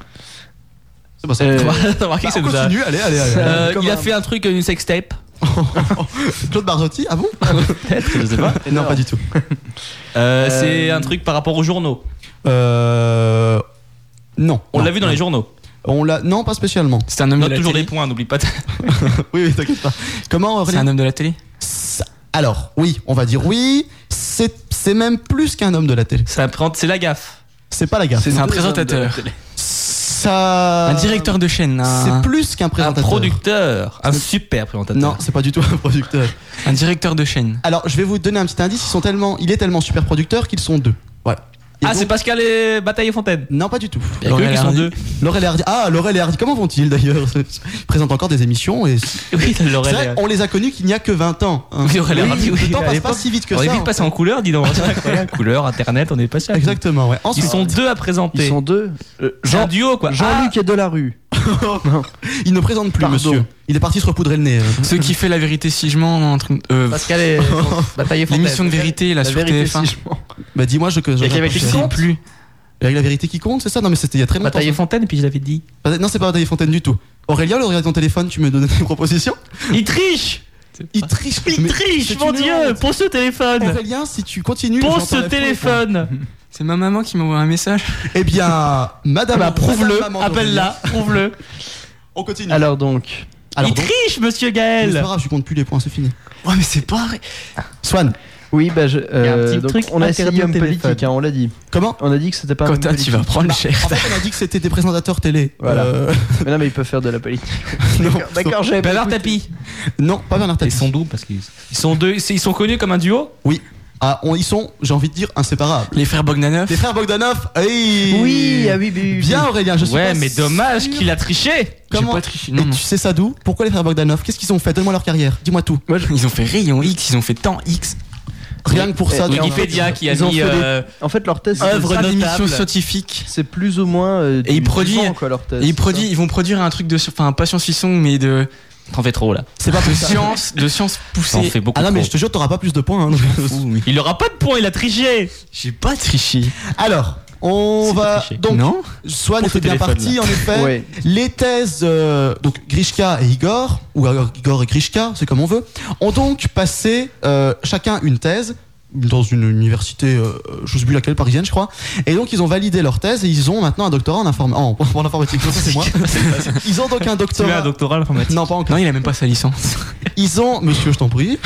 S3: C'est pas ça. *laughs*
S5: Euh,
S3: Bah,
S4: T'as remarqué que
S3: on
S4: c'est déjà-
S3: continue, allez, allez, allez.
S4: Euh,
S3: Comme
S4: il a
S3: un-
S4: fait un truc, une sextape.
S3: *laughs* Claude Barzotti, ah bon Ah
S4: Peut-être, je sais pas.
S3: Non, pas du tout.
S4: Euh, c'est un truc par rapport aux journaux.
S3: Euh. Non.
S4: On
S3: Non,
S4: l'a vu dans
S3: non.
S4: les journaux.
S3: On l'a. Non, pas spécialement.
S7: C'est un homme de
S4: Note
S7: la
S4: toujours des
S7: télé.
S4: points, n'oublie pas.
S3: Oui, oui, t'inquiète pas. Comment euh,
S7: C'est un homme de la télé
S3: Ça- Alors, oui, on va dire oui. C'est c'est même plus qu'un homme de la télé.
S4: Ça prend- C'est la gaffe.
S3: C'est pas la gaffe.
S7: C'est un présentateur.
S3: Ça.
S7: Un directeur de chaîne.
S3: C'est
S7: Un,
S3: plus qu'un
S4: Un
S3: présentateur.
S4: producteur. Un super présentateur.
S3: Non, c'est pas du tout un producteur.
S7: un directeur de chaîne.
S3: Alors, je vais vous donner un petit indice. Ils sont tellement, il est tellement super producteur qu'ils sont deux. Voilà. Et
S4: Ah,
S3: donc-
S4: c'est Pascal et Bataille et Fontaine.
S3: Non, pas du tout.
S4: Il y a que eux qui sont deux.
S3: Laurel et Hardy. Ah, Laurel et Hardy. Comment vont-ils d'ailleurs *laughs* Ils présentent encore des émissions et
S4: Oui,
S3: C'est
S4: t'as Laurel
S3: vrai,
S4: et-
S3: on les a connus qu'il n'y a que 20 ans. hein.
S4: Oui, Laurel et Hardy, oui.
S3: Le temps
S4: À
S3: passe pas
S4: l'époque,
S3: si vite que
S4: on est
S3: ça. hein.
S4: vite passé en couleur, dis donc. C'est incroyable. couleur, internet, on est passé à-
S3: Exactement, ouais.
S4: Ils
S3: Ensuite,
S4: sont deux à
S5: Ils
S4: présenter.
S5: sont deux. Euh,
S4: C'est un
S5: Jean,
S4: duo, quoi. Ah,
S5: Jean-Luc et Delarue.
S3: il ne présente plus,
S5: Pardon.
S3: monsieur. Il est parti se repoudrer le nez. euh.
S7: Ce qui fait la vérité si je mens. entre- euh,
S4: Pascal
S3: *laughs*
S4: et Bataille et
S7: L'émission de vérité, là,
S5: La
S7: sur
S5: vérité,
S7: TF1.
S5: si je mens.
S3: Bah, dis-moi, je que.
S4: Il y a qu'avec
S3: je-
S4: les
S3: je-
S4: comptes.
S7: plus.
S3: Avec la vérité qui compte, c'est ça Non, mais c'était il y a très longtemps.
S4: Bataille et Fontaine, puis je l'avais dit.
S3: Bataille- Non, c'est pas Bataille Fontaine du tout. Aurélien, le regarde ton *laughs* téléphone, tu me donnes une proposition
S4: Il triche
S3: Il triche,
S4: Il
S3: mais
S4: triche,
S3: c'est
S4: mon
S3: une
S4: dieu
S3: honte.
S4: Pose ce téléphone
S3: Aurélien, si tu continues.
S4: Pose
S3: j'entends
S4: ce
S3: la
S4: téléphone
S7: C'est ma maman qui m'envoie un message.
S3: foule. Eh bien, madame.
S4: Bah, prouve-le,
S3: madame maman d'Aurélien.
S4: appelle-la, prouve-le.
S3: On continue.
S5: Alors donc,
S3: Alors,
S4: Il
S3: donc,
S4: triche, monsieur
S3: mais c'est
S4: Gaël
S3: pas grave, je compte plus les points, c'est fini.
S7: Oh, mais c'est pas vrai.
S3: Swan,
S5: oui, bah je,
S4: y a un
S5: euh,
S4: petit
S5: donc,
S4: truc
S5: on a essayé
S4: interdit au
S5: homme
S4: téléphone.
S5: politique, hein, on l'a dit.
S3: comment
S5: On a dit que c'était pas un homme
S7: Quentin, tu
S5: politique.
S7: vas prendre cher.
S3: En fait, on a dit que c'était des présentateurs télé.
S5: Voilà.
S3: Euh,
S5: Mais non, mais ils peuvent faire de la politique.
S3: non,
S5: D'accord, j'avais
S4: Bernard Tapie
S3: Non, pas Bernard
S4: Ils
S3: Tapie.
S4: sont doux parce qu'ils ils sont deux, ils sont connus comme un duo
S3: Ah, on- ils sont, j'ai envie de dire, inséparables.
S7: Les frères Bogdanov.
S3: Les frères Bogdanov, hey
S5: Oui, ah oui, oui, oui.
S3: Bien Aurélien, je suis
S4: Ouais,
S3: pas
S4: mais
S3: sûr.
S4: dommage qu'il a triché
S7: J'ai
S3: Comment
S7: pas triché. Non,
S3: Et
S7: non.
S3: tu sais ça d'où Pourquoi les frères Bogdanov Qu'est-ce qu'ils ont fait Donne-moi leur carrière, dis-moi tout.
S7: Ils ont fait rayon X, ils ont fait temps X.
S3: Rien que pour ça. tu vois.
S4: Wikipédia qui a
S5: Ils ont
S4: mis
S5: fait des-
S4: euh,
S5: En fait, leur thèse, c'est-
S4: Œuvre
S7: Ça, des
S4: notable.
S7: missions scientifiques.
S5: c'est plus ou moins. euh, du-
S7: ils
S5: du
S7: produisent-
S5: vent, quoi, leur thèse,
S7: Et ils
S5: c'est
S7: produisent, ils vont produire un truc de, enfin, pas science-fiction, mais de,
S4: T'en fais trop là.
S3: C'est pas
S7: de
S3: pour ça.
S7: science, de science
S4: T'en
S7: poussée.
S4: fais beaucoup
S3: Ah non, mais je
S4: trop.
S3: te jure, t'auras pas plus de points. hein.
S7: Ouh, mais
S4: Il aura pas de points, il a triché
S7: J'ai pas triché.
S3: euh, Alors, on
S4: C'est
S3: va.
S4: triché.
S3: Donc,
S7: non
S3: Swan
S4: Pour
S3: était
S4: ce
S3: bien
S4: téléphone,
S3: parti, en
S5: ça.
S3: effet.
S5: Ouais.
S3: Les thèses, euh, donc Grishka et Igor, ou alors Igor et Grishka, c'est comme on veut, ont donc passé euh, chacun une thèse dans une université, euh, je sais plus laquelle, parisienne, je crois. Et donc, ils ont validé leur thèse et ils ont maintenant un doctorat en, inform- en, en informatique. Ça, c'est
S4: *laughs*
S3: moi. Ils ont donc un
S4: Tu as un
S3: doctorat.
S4: doctorat en informatique.
S3: Non, pas encore.
S7: Non, il a même pas sa licence.
S3: *laughs* Ils ont, monsieur, je
S7: *laughs*
S3: t'en prie,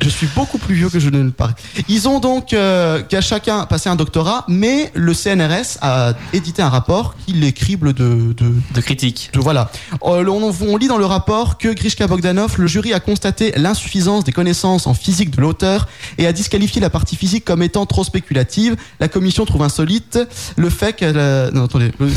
S3: je suis beaucoup plus vieux que je ne le parais. Ils ont donc euh, qu'à chacun passé un doctorat, mais le CNRS a édité un rapport qui les crible de, de,
S4: De critique.
S3: de- voilà. Euh, on, on lit dans le rapport que Grishka Bogdanov, le jury a constaté l'insuffisance des connaissances en physique de l'auteur et a disqualifié la partie physique comme étant trop spéculative. La commission trouve insolite le fait que la- non attendez, le-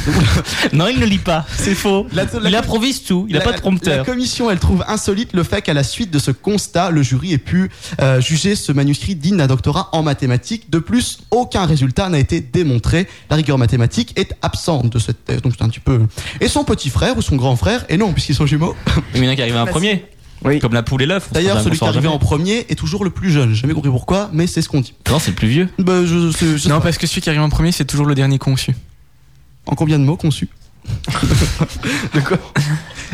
S4: Non, il ne lit pas, c'est faux.
S3: La- la-
S4: il improvise tout, il a
S3: la-
S4: pas de
S3: La
S4: prompteur.
S3: commission, elle trouve insolite le fait qu'à la suite de ce constat, le jury ait pu euh, jugé ce manuscrit digne d'un doctorat en mathématiques. De plus, aucun résultat n'a été démontré. La rigueur mathématique est absente de cette thèse, donc c'est un petit peu. Et son petit frère ou son grand frère, et non, puisqu'ils sont jumeaux.
S4: Il y en a qui arrivent en premier. Comme la poule et l'œuf. on
S3: D'ailleurs,
S4: s'en- on
S3: celui qui
S4: s'en
S3: est arrivé
S4: revient.
S3: en premier est toujours le plus jeune. J'ai jamais compris pourquoi, mais c'est ce qu'on dit.
S4: Non, c'est le plus vieux.
S3: Bah, je, je- je-
S12: Non, parce que celui qui arrive en premier, c'est toujours le dernier conçu.
S3: En combien de mots
S4: *laughs*
S3: conçu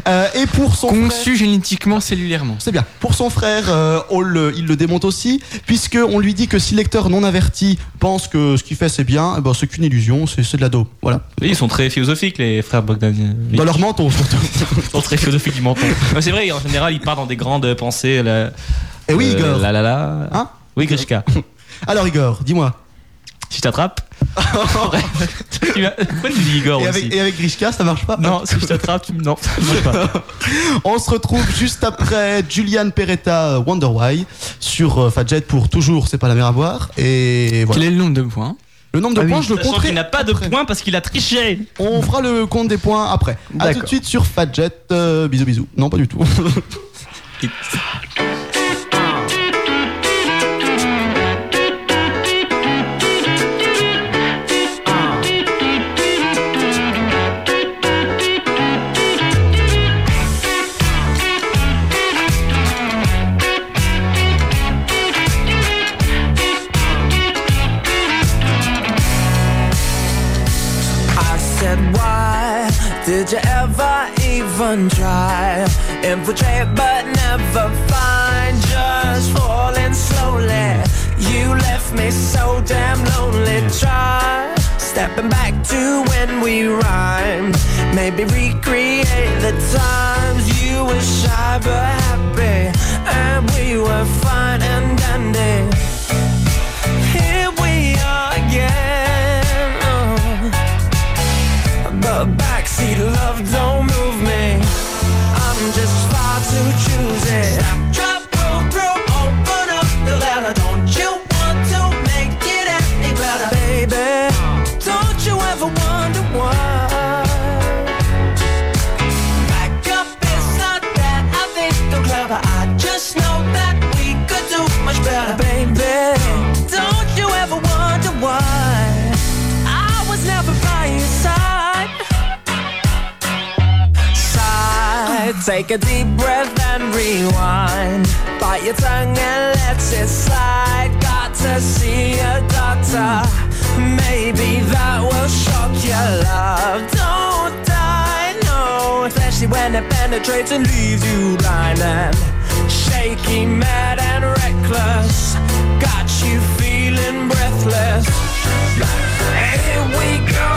S3: Euh, et pour son
S12: Conçu génétiquement, cellulairement.
S3: C'est bien. Pour son frère, euh, on le- il le démonte aussi, puisque on lui dit que si lecteur non averti pense que ce qu'il fait c'est bien, eh ben, c'est qu'une illusion, c'est c'est de la daube. Voilà.
S4: Oui, ils sont très philosophiques, les frères Bogdanian.
S3: Dans leur menton surtout.
S4: Ils *laughs* sont très philosophiques du menton. Mais c'est vrai, en général, ils partent dans des grandes pensées. La,
S3: Eh oui,
S4: euh,
S3: Igor.
S4: La la la.
S3: Hein
S4: oui, Grishka.
S3: Alors Igor, dis-moi.
S4: Si
S3: *laughs*
S4: t'attrapes. Bref. Tu m'as- Pourquoi tu dis Igor
S3: Et
S4: aussi
S3: avec, bah, et avec Grishka, ça marche pas
S4: Non, si je t'attrape, tu me. Non, ça marche pas.
S3: On se retrouve juste après Julian Peretta euh, Wonder Why sur euh, Fadjet pour toujours, c'est pas la mer à boire. Et voilà.
S12: Quel est le nombre de points
S3: Le nombre de
S5: Ah oui.
S3: points, je le
S4: Sachant
S3: compterai.
S4: qu'il n'a pas de
S3: après.
S4: points parce qu'il a triché.
S3: On fera le compte des points après. À tout de
S5: D'accord.
S3: suite sur Fadjet. Euh, bisous, bisous. Non, pas
S5: *laughs*
S3: du tout.
S8: I said, why did you ever even try? Infiltrate but never find. Just falling slowly. You left me so damn lonely. Try stepping back to when we rhymed. Maybe recreate the times you were shy but happy, and we were fine and dandy. Here we are again. oh. The backseat love don't move me. I'm just far too choosy. Stop, drop, roll through, open up the letter. Don't you want to make it any better, baby? Don't you ever wonder why? back up. It's not that I think I'm clever. I just know that we could do much better, baby. Don't you ever wonder why I was never by your side? Sigh, take a deep breath and rewind. Bite your tongue and let it slide. Got to see a doctor. Maybe that will shock your love. Don't die, no. Especially when it penetrates and leaves you blind and shaky, mad and reckless. Got you feeling breathless. Here we go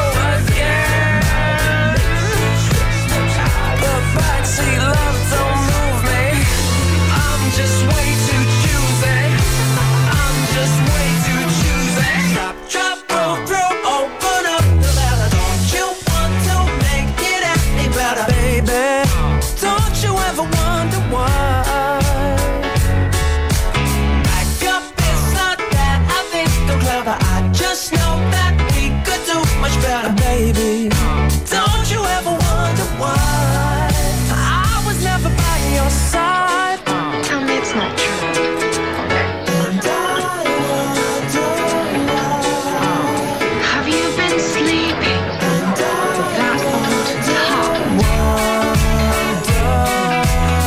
S8: again. The backseat love don't move me. I'm just way too choosy. I'm just way too choosy. Drop, drop, roll, roll, open up the letter. Don't you want to make it any better, baby? Don't you ever wonder why? back up. It's not that I think I'm clever. I just know that we could do much better, baby. Don't you ever wonder why I was never by your side? Tell me it's not true. Have you been sleeping? That won't help.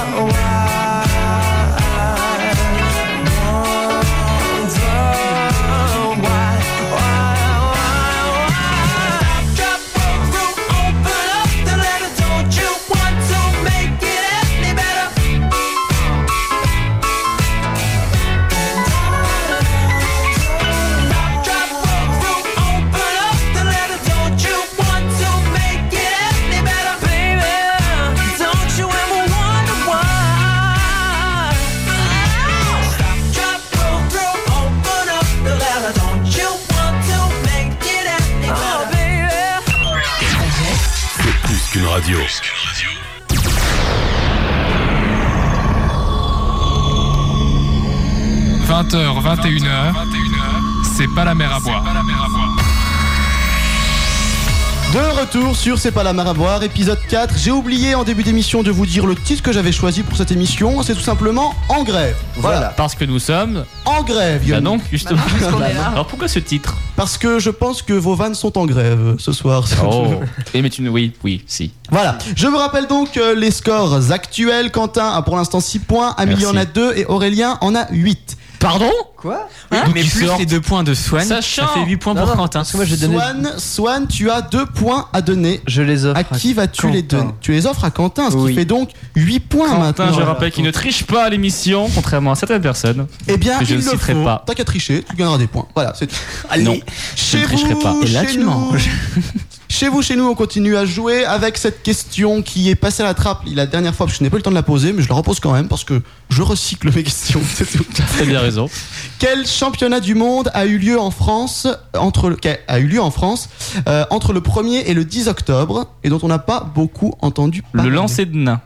S8: Wonder why. Don't you ever wonder why? Stop, drop, roll, throw, open up the letter. Don't you want to make it any better, baby?
S13: C'est plus qu'une radio.
S2: h 21h. C'est pas la mer à boire.
S3: De retour sur C'est pas la mare à boire, épisode 4. J'ai oublié en début d'émission de vous dire le titre que j'avais choisi pour cette émission. C'est tout simplement En grève. Voilà.
S4: Parce que nous sommes
S3: en grève.
S4: Bah
S3: Yomi.
S4: donc, justement.
S3: Bah non.
S4: Alors pourquoi ce titre
S3: Parce que je pense que vos vannes sont en grève ce soir.
S4: *laughs* Oh. Et mais tu ne oui, oui, si.
S3: Voilà, je vous rappelle donc euh, les scores actuels. Quentin a pour l'instant 6 points, Amélie
S4: Merci.
S3: en a 2 et Aurélien en a 8.
S4: Pardon
S5: Quoi
S7: Ah, mais plus les deux points de Swan, ça fait 8 points pour Quentin.
S3: Swan, Swan, tu as 2 points à donner.
S5: Je les offre.
S3: À qui vas-tu les
S5: Quentin.
S3: donner Tu les offres à Quentin, ce qui fait donc 8 points
S4: Quentin,
S3: maintenant.
S4: je rappelle qu'il ne triche pas à l'émission, contrairement à certaines personnes.
S3: Eh bien,
S4: que je
S3: il
S4: ne
S3: le
S4: citerai
S3: faut.
S4: pas.
S3: T'as qu'à tricher, tu gagneras des points. Voilà, c'est. Allez,
S4: Non, je
S3: chez
S4: ne tricherai
S3: vous,
S4: pas. Et là,
S3: chez
S4: tu
S3: nous.
S4: *laughs* manges.
S3: Chez vous, chez nous, on continue à jouer avec cette question qui est passée à la trappe la dernière fois, parce que je n'ai pas eu le temps de la poser, mais je la repose quand même parce que je recycle mes questions. *laughs* C'est tout.
S4: T'as bien raison.
S3: Quel championnat du monde a eu lieu en France entre le, qu'a- a eu lieu en France euh, entre le 1er et le 10 octobre et dont on n'a pas beaucoup entendu
S4: Le
S7: Bah,
S3: parler
S4: lancer de nain.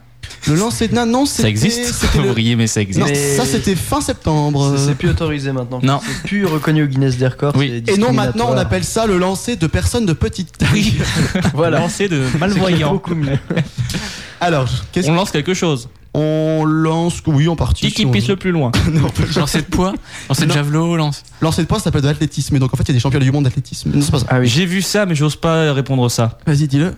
S3: Le lancer de nain, non,
S4: Ça existe *laughs*
S3: c'était
S4: Vous
S3: le-
S4: riez, mais ça existe.
S3: Non, ça c'était fin septembre.
S5: C'est plus autorisé maintenant.
S4: Non.
S5: C'est plus reconnu au Guinness des records.
S3: Et non, maintenant on
S5: *laughs*
S3: appelle ça le lancer de personnes de petite taille.
S5: Voilà.
S4: Lancer de
S5: C'est
S4: malvoyant.
S5: beaucoup
S4: *laughs*
S5: mieux.
S3: *laughs* Alors, qu'est-ce
S4: On lance quelque chose.
S3: On lance, oui, en partie.
S4: Qui qui
S3: si on
S4: pisse
S3: veut.
S4: le plus loin
S3: *laughs* Non, pas le
S7: Lancer de poids, lancer de
S3: Non.
S7: javelot, lance.
S3: Lancer de poids, ça s'appelle de l'athlétisme. Et donc, en fait, il y a des championnats du monde d'athlétisme. Non, c'est pas ça.
S5: Ah oui.
S4: J'ai vu ça, mais j'ose pas répondre ça.
S3: Vas-y, dis-le.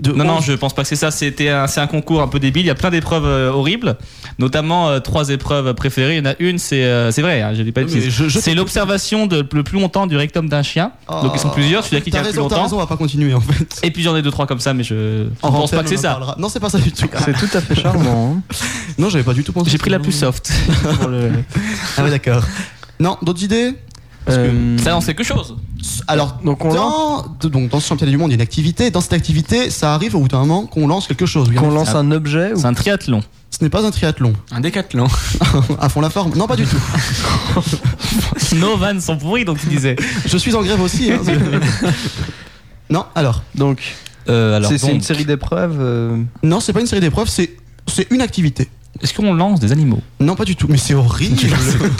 S3: De
S4: Non, non,
S3: onze.
S4: je pense pas que c'est ça. C'était un, c'est un concours un peu débile. Il y a plein d'épreuves euh, horribles, notamment euh, trois épreuves préférées. Il y en a une, c'est euh, c'est vrai, hein, je dis pas de
S3: Mais
S4: bêtises.
S3: je- je-
S4: C'est l'observation de le plus longtemps du rectum d'un chien.
S3: Oh.
S4: Donc ils sont plusieurs, celui-là qui
S3: T'as
S4: tient le plus
S3: raison, t'as
S4: longtemps.
S3: raison, on va pas continuer en fait.
S4: Et puis j'en ai deux trois comme ça, mais je je
S3: En
S4: pense
S3: rentable,
S4: pas que c'est
S3: on en
S4: ça.
S3: parlera. Non, c'est pas ça du tout.
S5: C'est tout à fait charmant. *laughs* hein.
S3: Non, j'avais pas du tout pensé.
S4: J'ai pris la plus soft. pour le-
S3: Ah, ouais, d'accord. Non, d'autres idées Parce que-
S5: Euh,
S4: Ça lance quelque chose.
S3: Alors,
S5: Donc, on
S3: dans, donc, dans ce championnat du monde, il y a une activité. Dans cette activité, ça arrive au bout d'un moment qu'on lance quelque chose.
S5: Qu'on lance un objet ou
S4: C'est un triathlon.
S3: Ce n'est pas un triathlon.
S7: Un décathlon.
S3: *laughs* à fond la forme Non, pas du tout.
S4: Nos vannes sont pourries, donc
S3: *laughs*
S4: tu disais.
S3: Je suis en grève aussi.
S5: *laughs*
S3: hein. non, alors.
S5: donc
S4: Euh, alors,
S5: c'est c'est
S4: donc,
S5: une série d'épreuves. euh,
S3: Non, c'est pas une série d'épreuves, c'est c'est une activité.
S4: Est-ce qu'on lance des
S3: *laughs*
S4: animaux
S3: Non, pas du tout. Mais c'est *laughs* horrible.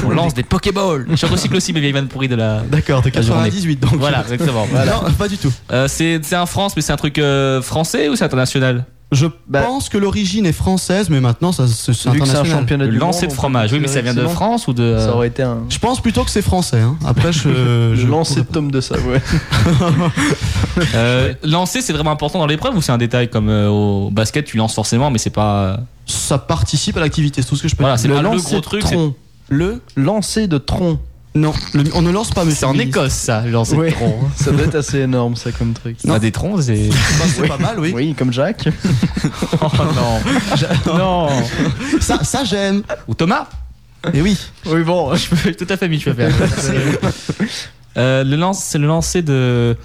S4: On lance des Pokéballs. Je recycle aussi mes vieilles vannes pourries de la.
S3: D'accord, de
S4: La journée.
S3: 98 donc.
S4: Voilà, exactement.
S3: Non, pas du tout.
S4: Euh, c'est c'est en France, mais c'est un truc euh, français ou c'est international
S3: Je
S5: Bah-
S3: pense que l'origine est française, mais maintenant, ça c'est c'est
S5: Vu que c'est un
S3: international.
S5: championnat
S4: Le
S5: du
S4: lancer
S5: monde,
S4: de
S5: on
S4: fromage.
S5: peut
S4: Oui, mais ça
S5: considérer
S4: vient
S5: que
S4: de
S5: sinon,
S4: France ou de.
S5: Ça
S4: euh,
S5: aurait été un
S3: Je pense plutôt que c'est français. hein. Après, *laughs* je. je
S5: lancer de tome de ça,
S4: *laughs*
S5: ouais.
S4: euh, lancer, c'est vraiment important dans l'épreuve ou c'est un détail comme euh, au basket, tu lances forcément, mais c'est pas.
S3: Ça participe à l'activité, c'est tout ce que je peux
S4: Voilà,
S3: dire.
S4: c'est
S5: Le
S4: pas le
S5: lancer
S4: gros
S5: de
S4: truc. c'est-
S5: tronc.
S3: Le.
S5: Lancer de tronc.
S3: Non, le- on ne lance pas, monsieur.
S4: C'est en
S3: le ministre.
S4: Écosse, ça, le lancer
S5: Ouais.
S4: de tronc.
S5: *laughs* Ça doit être assez énorme, ça, comme truc.
S4: Bah, des troncs, c'est. *laughs*
S3: Bah, c'est pas mal, Ah, oui.
S5: Oui, comme Jacques.
S4: oh non Non *laughs*
S3: Ça, ça j'aime.
S4: Ou Thomas *laughs*
S3: Et oui.
S5: Oui, bon.
S4: Je peux tout à fait, Mitch, je peux
S5: *laughs*
S4: faire. Euh, le lance, c'est le lancer de.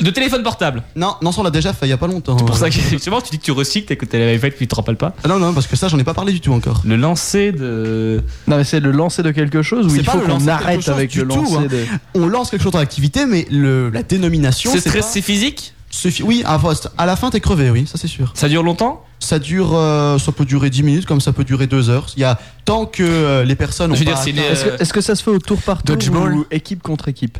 S4: De téléphone portable.
S3: Non, non, ça on l'a déjà fait il y a pas longtemps.
S4: C'est pour ça que justement, tu dis que tu recycles et que tu l'avais fait, puis tu te rappelles pas.
S3: Ah non, non, parce que ça, j'en ai pas parlé du tout encore.
S4: Le lancer de.
S5: Non, mais c'est le lancer de quelque chose ou
S3: C'est
S5: il
S3: pas
S5: faut
S3: le
S5: qu'on
S3: lancer de quelque
S5: arrête
S3: chose
S5: avec
S3: du
S5: le
S3: tout,
S5: lancer
S3: hein.
S5: de.
S3: On lance quelque chose dans l'activité, mais le, la dénomination.
S4: C'est stress,
S3: pas-
S4: c'est physique
S3: Ce fi- Oui, à, poste. à la fin, t'es crevé, oui, ça c'est sûr.
S4: Ça dure longtemps
S3: Ça dure, euh, ça peut durer 10 minutes, comme ça peut durer 2 heures. Il y a tant que euh, les personnes ont
S4: Je veux
S3: pas
S4: dire, c'est
S3: atteint-
S4: les-
S5: Bah, Est-ce
S4: Euh,
S5: que, est-ce que ça se fait au tour par tour
S7: Dodgeball.
S5: ou équipe contre équipe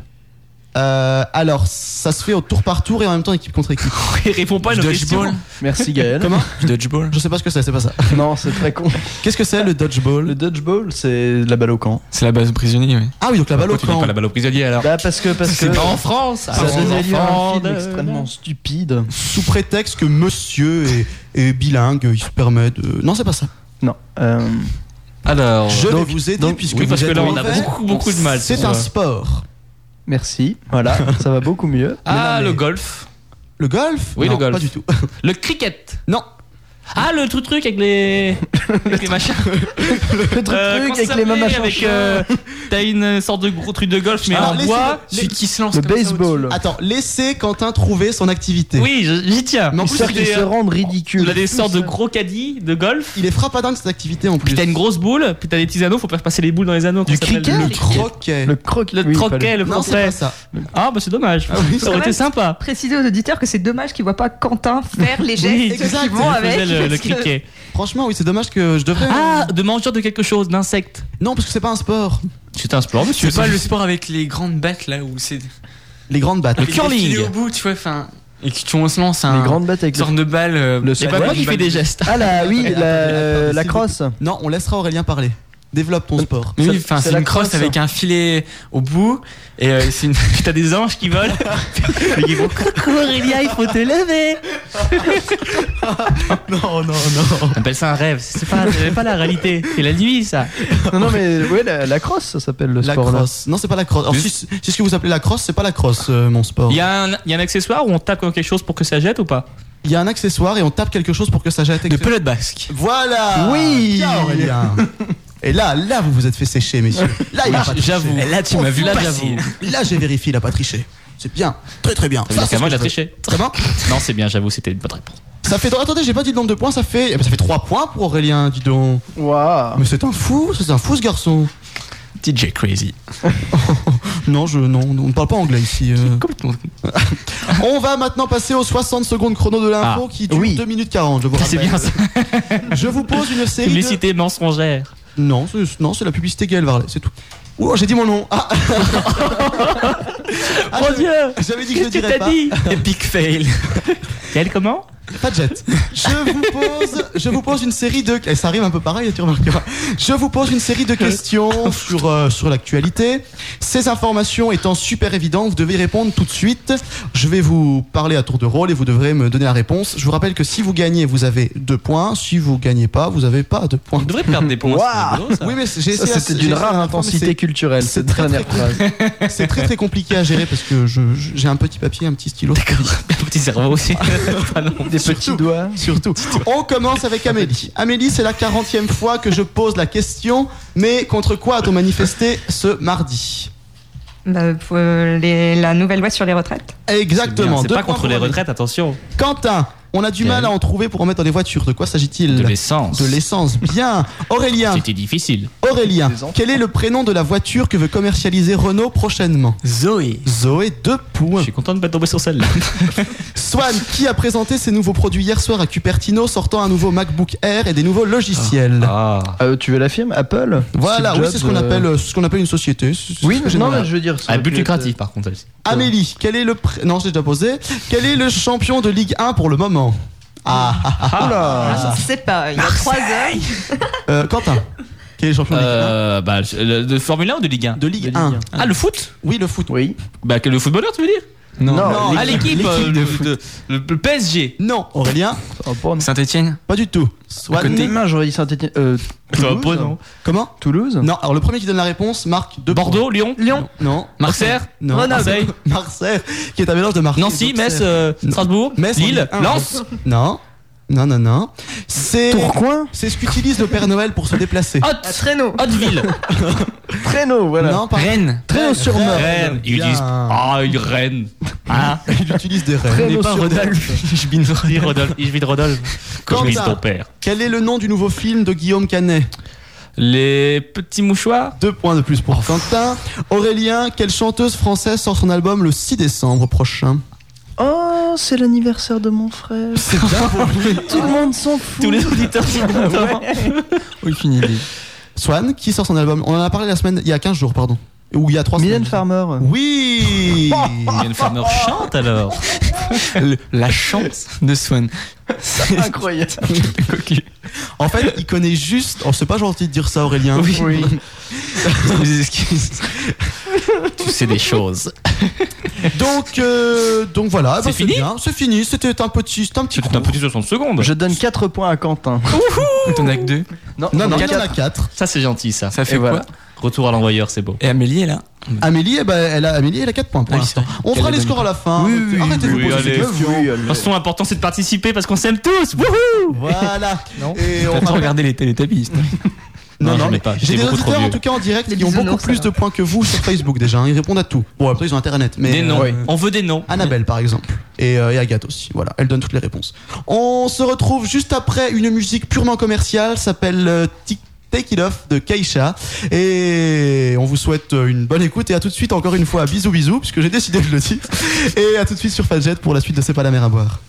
S3: Euh, alors, ça se fait au tour par tour et en même temps équipe contre équipe.
S4: Il répond pas à nos questions.
S7: Dodgeball.
S5: Merci Gaël.
S7: Du dodgeball.
S3: Je sais pas ce que c'est, c'est pas ça.
S5: non, c'est très con.
S3: Qu'est-ce que c'est le
S5: Le
S3: dodgeball
S5: dodgeball, c'est de la balle au camp.
S7: C'est la base prisonnier, oui.
S3: Ah oui, donc la balle au
S4: Pourquoi tu dis
S3: camp.
S4: pas la balle au prisonnier alors
S5: Bah parce que parce
S4: C'est
S5: que
S4: pas en France
S5: ça
S4: alors,
S5: donnait lieu à un
S4: enfants
S5: film
S4: de-
S5: extrêmement stupide.
S3: Sous prétexte que monsieur est, est bilingue, il se permet de. Non, c'est pas ça.
S5: Non. euh,
S4: Alors.
S3: Je
S5: Donc-
S3: vais vous aider
S5: donc-
S3: puisque
S4: Oui,
S3: vous
S4: parce que
S3: êtes
S4: là, on a
S3: mauvais.
S4: beaucoup, beaucoup de mal.
S3: C'est
S4: pour,
S3: un
S4: euh,
S3: sport.
S5: merci. Voilà, ça va beaucoup mieux.
S4: Ah,
S3: Mais non,
S4: le
S3: mais-
S4: golf.
S3: Le golf
S4: Oui,
S3: Non,
S4: le golf.
S3: Pas du tout.
S4: Le cricket.
S3: Non.
S4: Ah, le tout truc avec les. avec les machins.
S5: *laughs* Le truc,
S4: Euh, comment ça
S5: avec les
S4: s'appelait
S5: mêmes
S4: avec, euh, T'as une sorte de gros truc de golf, mais
S3: Alors,
S4: en
S3: laissez-le.
S4: bois.
S7: Celui qui se lance
S5: Le
S7: comme ça
S5: baseball.
S3: Attends, laissez Quentin trouver son activité.
S4: Oui, je- j'y tiens.
S3: Mais en plus,
S5: Histoire qu'ils
S4: c'était,
S5: se
S4: euh,
S5: rendent ridicules.
S4: On a des sortes de gros caddies de golf.
S3: Il est frappadin de cette activité en plus.
S4: Puis t'as une grosse boule, puis t'as des petits anneaux, faut faire passer les boules dans les anneaux.
S5: Du
S4: Comment ça s'appelle
S5: cricket
S4: Le croc.
S3: Croquet.
S5: Le croquet.
S4: Le
S5: oui,
S4: croquet,
S5: fallait-
S4: le
S3: Non, c'est
S4: français.
S3: pas ça.
S4: Ah, bah c'est dommage.
S3: oui.
S4: Ça aurait été sympa.
S6: Préciser aux auditeurs que c'est dommage qu'ils voient pas Quentin faire
S4: *laughs*
S6: les gestes
S3: exact,
S6: qui
S4: Je
S6: vont avec.
S4: faisais le, le
S6: parce que-
S4: cricket.
S3: Franchement, oui, c'est dommage que je devrais.
S4: Ah, de mangeur de quelque chose, d'insectes.
S3: Non, parce que c'est pas un sport.
S4: C'est un sport, monsieur.
S7: C'est pas le sport avec les grandes battes là où c'est.
S3: Les grandes battes.
S4: Le
S7: avec des
S4: curling.
S7: filets au bout, tu vois, enfin. et qui tu on se lance un.
S5: Les grandes bêtes avec
S7: une sorte de balle. euh,
S5: Le
S3: bah,
S4: bah,
S7: et pas
S5: sac-
S7: comme une balle de-
S5: Ah là, oui, la, la
S3: S'il vous
S5: crosse.
S3: Non, on laissera Aurélien parler. Développe ton sport.
S7: Mais oui, enfin, c'est une crosse avec un filet au bout et euh, c'est une... t'as des anges qui
S4: *laughs*
S7: volent. Mais qui vont-
S5: Aurélia, il faut te lever.
S3: non, non, non.
S4: On appelle ça un rêve. C'est pas, c'est pas la réalité. C'est la nuit, ça.
S5: Non, non, mais ouais, la, la crosse, ça s'appelle le
S3: La
S5: sport. là.
S3: crosse. Non, c'est pas la crosse. Alors, si, si c'est ce que vous appelez la crosse, c'est pas la crosse, euh, mon sport.
S4: Il y, a un- il y a un accessoire où on tape quelque chose pour que ça jette ou pas
S3: Il y a un accessoire et on tape quelque chose pour que ça jette.
S7: Des pelotes basques.
S3: Voilà
S5: Oui.
S3: Bien, Aurélien Et là, là, vous vous êtes fait sécher, messieurs. Là, il a pas triché.
S4: J'avoue.
S7: Et là, tu m'as vu, là, j'avoue.
S3: Là, j'ai vérifié, il a pas triché. C'est bien. Très, très bien.
S4: Ça veut dire
S3: c'est
S4: qu'avant,
S3: ce
S4: il a
S3: que je
S4: triché.
S3: veux. Comment
S4: *laughs* Non, c'est bien, j'avoue, c'était une bonne réponse.
S3: Ça fait. Attendez, j'ai pas dit le nombre de points, ça fait. eh ben, ça fait 3 points pour Aurélien, dis donc.
S5: Waouh.
S3: Mais c'est un fou, c'est un fou ce garçon.
S7: DJ Crazy.
S3: *laughs* Non, je, non, on ne parle pas anglais ici.
S4: *laughs*
S3: euh.
S7: Complètement.
S3: *laughs* On va maintenant passer aux 60 secondes chrono de l'info qui dure
S5: oui.
S3: 2 minutes 40, je vous
S4: C'est
S3: rappelle.
S4: bien Ah, ça.
S3: Je vous pose
S4: *laughs*
S3: une série de...
S4: Publicité mensongère.
S3: Non, c'est, non, c'est la publicité Gaël Varlet, c'est tout. Ouh, j'ai dit mon nom.
S5: *laughs*
S3: Ah. Ah,
S4: Mon
S3: j'avais-
S4: Oh Dieu
S3: J'avais dit que je
S4: Qu'est-ce
S3: le dirais
S4: que t'as
S3: pas.
S4: dit
S7: Epic fail.
S4: *laughs* Quel comment
S3: Pas de jet. Je vous pose, je vous pose une série de. eh, ça arrive un peu pareil, tu remarqueras. Je vous pose une série de questions sur euh, sur l'actualité. Ces informations étant super évidentes, vous devez y répondre tout de suite. Je vais vous parler à tour de rôle et vous devrez me donner la réponse. Je vous rappelle que si vous gagnez, vous avez deux points. Si vous gagnez pas, vous avez pas deux points.
S4: On devrait perdre des points. c'est rigolo, ça.
S3: Oui, mais j'ai
S5: Ça,
S3: essayé.
S5: Ah, C'était d'une
S3: j'ai
S5: rare
S3: essayé, mais
S5: intensité
S3: c'est-
S5: culturelle,
S3: c'est
S5: cette
S3: très,
S5: dernière
S3: très
S5: phrase.
S3: C'est très très compliqué à gérer parce que je- je- j'ai un petit papier, un petit stylo.
S4: Un petit cerveau *laughs* aussi. Ah non.
S5: Des petits doigts.
S3: *laughs* Surtout. On commence avec Amélie. Amélie, c'est la 40e fois que je pose la question, mais contre quoi a-t-on manifesté ce mardi
S6: Bah, pour, euh, les- la nouvelle loi sur les retraites.
S3: Exactement.
S4: C'est
S3: Deux
S4: pas
S3: points
S4: contre
S3: pour
S4: les
S3: Amélie.
S4: retraites, attention.
S3: Quentin, on a du mal à en trouver pour en mettre dans les voitures. De quoi s'agit-il
S4: De l'essence.
S3: De l'essence.
S4: *laughs*
S3: Bien. Aurélien,
S4: C'était difficile.
S3: Aurélien, quel est le prénom de la voiture que veut commercialiser Renault prochainement
S7: Zoé.
S3: Zoé, deux
S4: Je
S3: points.
S4: suis content de pas tomber sur celle-là.
S3: Swan, qui a présenté ses nouveaux produits hier soir à Cupertino, sortant un nouveau MacBook Air et des nouveaux logiciels
S4: Ah.
S5: Euh, tu veux la firme Apple
S3: Voilà,
S5: Steve
S3: oui,
S5: Jobs,
S3: c'est ce qu'on
S5: euh,
S3: appelle, euh, ce qu'on appelle une société. C'est- c'est
S5: Oui,
S3: ce que j'ai
S5: non,
S3: demandé.
S5: mais je veux dire. ça aurait
S4: À Ah, but
S5: pu être-
S4: lucratif, par contre. celle-ci.
S3: Amélie, quel est le pré- non, je l'ai déjà posé. Quel est le champion de Ligue 1 pour le moment Ah, ah, ah.
S6: Je sais pas, il y a trois heures.
S3: Euh, Quentin, quel est le champion de Ligue 1
S4: Euh, bah, le- de Formule 1 ou de Ligue 1
S3: De Ligue 1.
S4: Ah, le foot
S3: Oui, le foot.
S5: Oui.
S4: Bah, que le footballeur, tu veux dire
S5: Non,
S3: non,
S4: Ah, l'équipe
S3: l'équipe
S4: euh,
S3: de
S4: le-
S3: foot.
S4: de- Le le PSG.
S3: Non, Aurélien,
S5: en porno.
S7: Saint-Etienne.
S3: pas du tout. Swan,
S5: Côté main, j'aurais dit Saint-Etienne. Euh,
S4: Enfin,
S5: Toulouse.
S4: non.
S3: Comment
S5: Toulouse
S3: Non, alors le premier qui donne la réponse marque de
S4: Bordeaux, Lyon
S6: Lyon,
S3: Non.
S4: Marseille
S3: Non.
S4: Grenoble.
S3: Marseille. *laughs* Marseille, qui est un mélange de Marseille.
S4: Nancy,
S3: et d'Auxerre.
S4: Metz, euh,
S3: Non.
S4: Strasbourg,
S3: Metz, en
S4: Lille,
S3: Ligue 1.
S4: Lens.
S3: *laughs* Non. Non, non, non. C'est
S5: Tourcoing
S3: c'est ce qu'utilise le Père Noël pour se déplacer.
S6: un traîneau.
S4: Hauteville,
S5: Traîneau, voilà.
S3: Non, pas
S7: Rennes.
S3: Rennes,
S5: sur
S3: Rennes,
S4: Rennes, ils
S3: bien. *laughs*
S4: disent Ah, il Rennes. *laughs* Ah,
S3: Il utilise des rênes.
S5: Rennes
S4: n'est pas
S5: sur
S4: Rodolphe. Je bine Rodolphe. Je bine Rodolphe. *laughs*
S3: Quentin.
S4: Comme bine ton père.
S3: Quel est le nom du nouveau film de Guillaume Canet
S4: Les petits mouchoirs
S3: Deux points de plus pour Quentin. Aurélien, quelle chanteuse française sort son album le 6 décembre prochain
S5: Oh, c'est l'anniversaire de mon frère.
S3: C'est *laughs* bien pour lui.
S5: Tout le monde s'en fout.
S4: Tous les auditeurs *laughs* sont contents.
S7: Aucune idée.
S3: Swan, qui sort son album On en a parlé la semaine, il y a 15 jours, pardon. Ou il y a 3
S5: Mylène
S3: semaines.
S5: Farmer.
S3: *laughs* Oui
S4: Mylène Farmer chante alors.
S7: Le- la chance de Swan.
S5: Incroyable.
S3: En fait, il connaît juste. Oh, c'est pas gentil de dire ça, Aurélien. *laughs*
S5: Oui.
S7: Mes excuses.
S4: Tu sais des choses.
S3: Donc, euh, donc voilà.
S4: C'est fini
S3: bien. C'est fini. C'était un petit, c'était un petit.
S4: C'était un
S3: concours.
S4: petit 60 secondes.
S5: Je donne 4 points à Quentin.
S7: T'en as que deux.
S3: Non, non, il y en a
S5: quatre.
S3: 4.
S4: Ça, c'est gentil, ça.
S7: Ça fait
S5: Et voilà.
S7: quoi
S4: Retour à l'envoyeur, c'est beau.
S7: Et Amélie est là.
S3: Amélie, eh ben, elle a, Amélie, elle a 4 points pour
S7: Ah oui,
S3: l'instant.
S7: c'est vrai.
S3: On fera
S7: Quelle
S3: les scores à la fin.
S5: Oui,
S3: Arrêtez-
S5: oui, oui.
S3: Arrêtez de poser des
S4: Oui, allez.
S3: questions.
S4: De toute façon, l'important, c'est de participer parce qu'on s'aime tous. Wouhou
S3: Voilà.
S7: Non.
S3: Et on
S7: T'as
S3: va
S7: pas regardé les télétabistes.
S3: Non,
S4: Non,
S3: non,
S4: j'en ai
S3: mais
S4: pas,
S3: J'ai
S4: j'étais
S3: des
S4: beaucoup trop
S3: auditeurs en
S4: vieux.
S3: tout cas en direct
S6: Les
S3: qui ont
S6: bisounours,
S3: beaucoup plus
S6: ça
S3: de
S6: va.
S3: points que vous sur Facebook déjà. hein. Ils répondent à tout. Bon, après ils ont internet, mais.
S4: Des noms.
S3: euh,
S4: On veut des noms.
S3: Annabelle par exemple et, euh, et Agathe aussi. Voilà, elle donne toutes les réponses. On se retrouve juste après une musique purement commerciale s'appelle euh, Tic- Take It Off de Keisha et on vous souhaite euh, une bonne écoute et à tout de suite encore une fois bisous bisous puisque j'ai décidé de le dire et à tout de suite sur Fadjet pour la suite de C'est pas la mer à boire.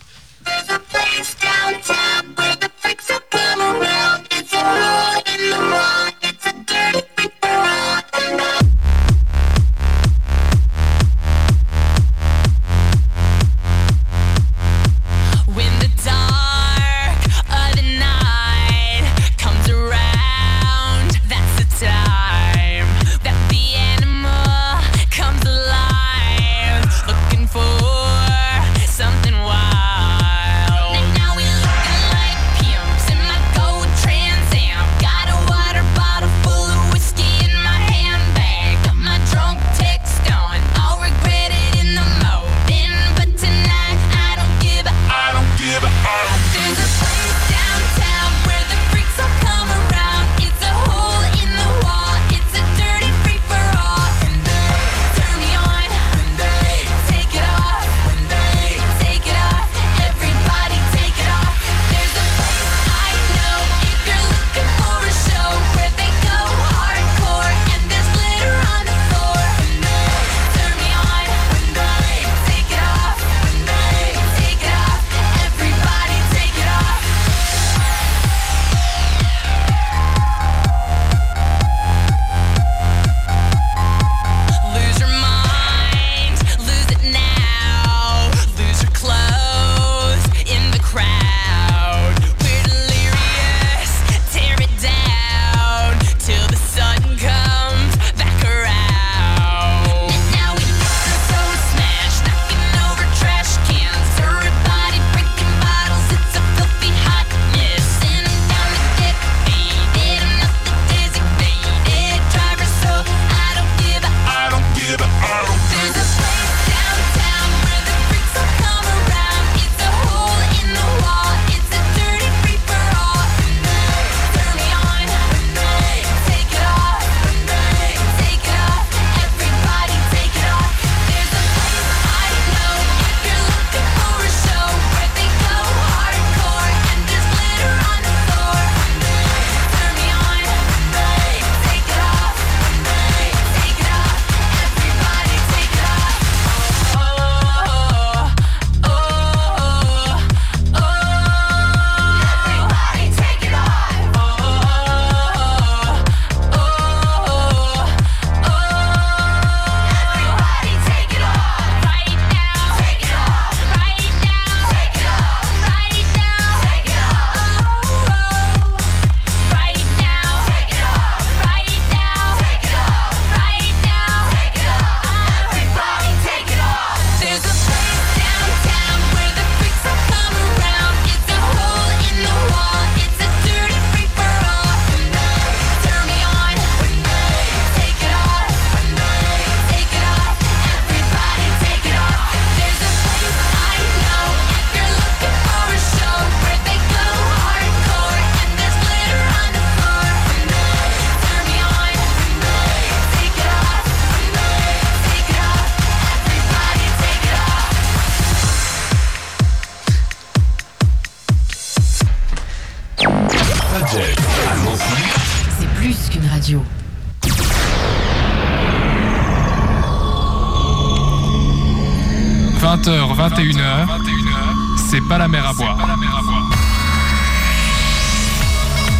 S8: Oh,
S2: 20h, 21h, c'est pas la mer à boire.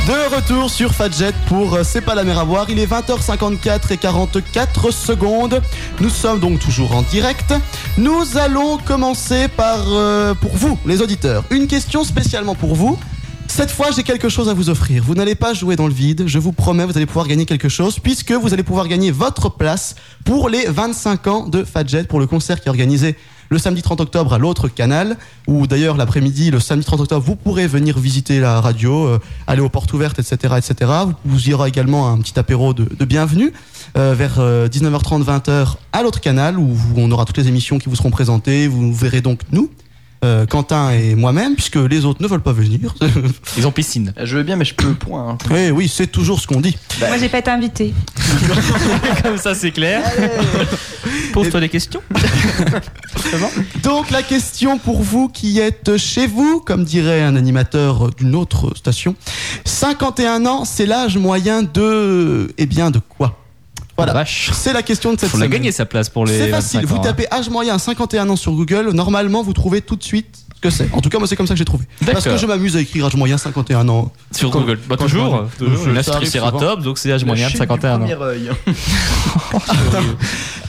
S3: De retour sur Fadjet pour euh, C'est pas la mer à boire. Il est 20h54 et 44 secondes. Nous sommes donc toujours en direct. Nous allons commencer par, euh, pour vous, les auditeurs, une question spécialement pour vous. Cette fois, j'ai quelque chose à vous offrir. Vous n'allez pas jouer dans le vide. Je vous promets, vous allez pouvoir gagner quelque chose puisque vous allez pouvoir gagner votre place pour les 25 ans de Fadjet pour le concert qui est organisé le samedi 30 octobre à l'autre canal, où d'ailleurs l'après-midi, le samedi 30 octobre, vous pourrez venir visiter la radio, euh, aller aux portes ouvertes, etc. etc. Vous, vous y aura également un petit apéro de, de bienvenue euh, vers euh, 19h30, 20h à l'autre canal, où vous- on aura toutes les émissions qui vous seront présentées. Vous verrez donc nous. euh, Quentin et moi-même, puisque les autres ne veulent pas venir. *laughs*
S4: Ils ont piscine.
S5: Je veux bien, mais je peux point.
S3: Oui, oui, c'est toujours ce qu'on dit.
S6: Moi, j'ai pas été invitée.
S4: Comme ça, c'est clair. *laughs* Pose-toi des questions.
S3: Donc la question pour vous qui êtes chez vous, comme dirait un animateur d'une autre station, 51 ans, c'est l'âge moyen de... Eh bien de quoi Voilà, c'est la question de cette
S4: On a
S3: semaine.
S4: gagné sa place pour les.
S3: C'est facile,
S4: 25
S3: vous
S4: ans, hein.
S3: tapez âge moyen 51 ans sur Google, normalement vous trouvez tout de suite ce que c'est. En tout cas, moi c'est comme ça que j'ai trouvé.
S4: D'accord.
S3: Parce que je m'amuse à écrire âge moyen 51 ans.
S4: Sur
S3: Quand-
S4: Google. Bah,
S3: quand je
S4: toujours.
S3: vois-
S4: toujours.
S3: Je-
S4: Neuf
S3: ça arrive
S4: Triceratops,
S3: souvent.
S4: donc c'est l'âge
S3: La
S4: moyen de
S3: chute du
S4: 51 ans.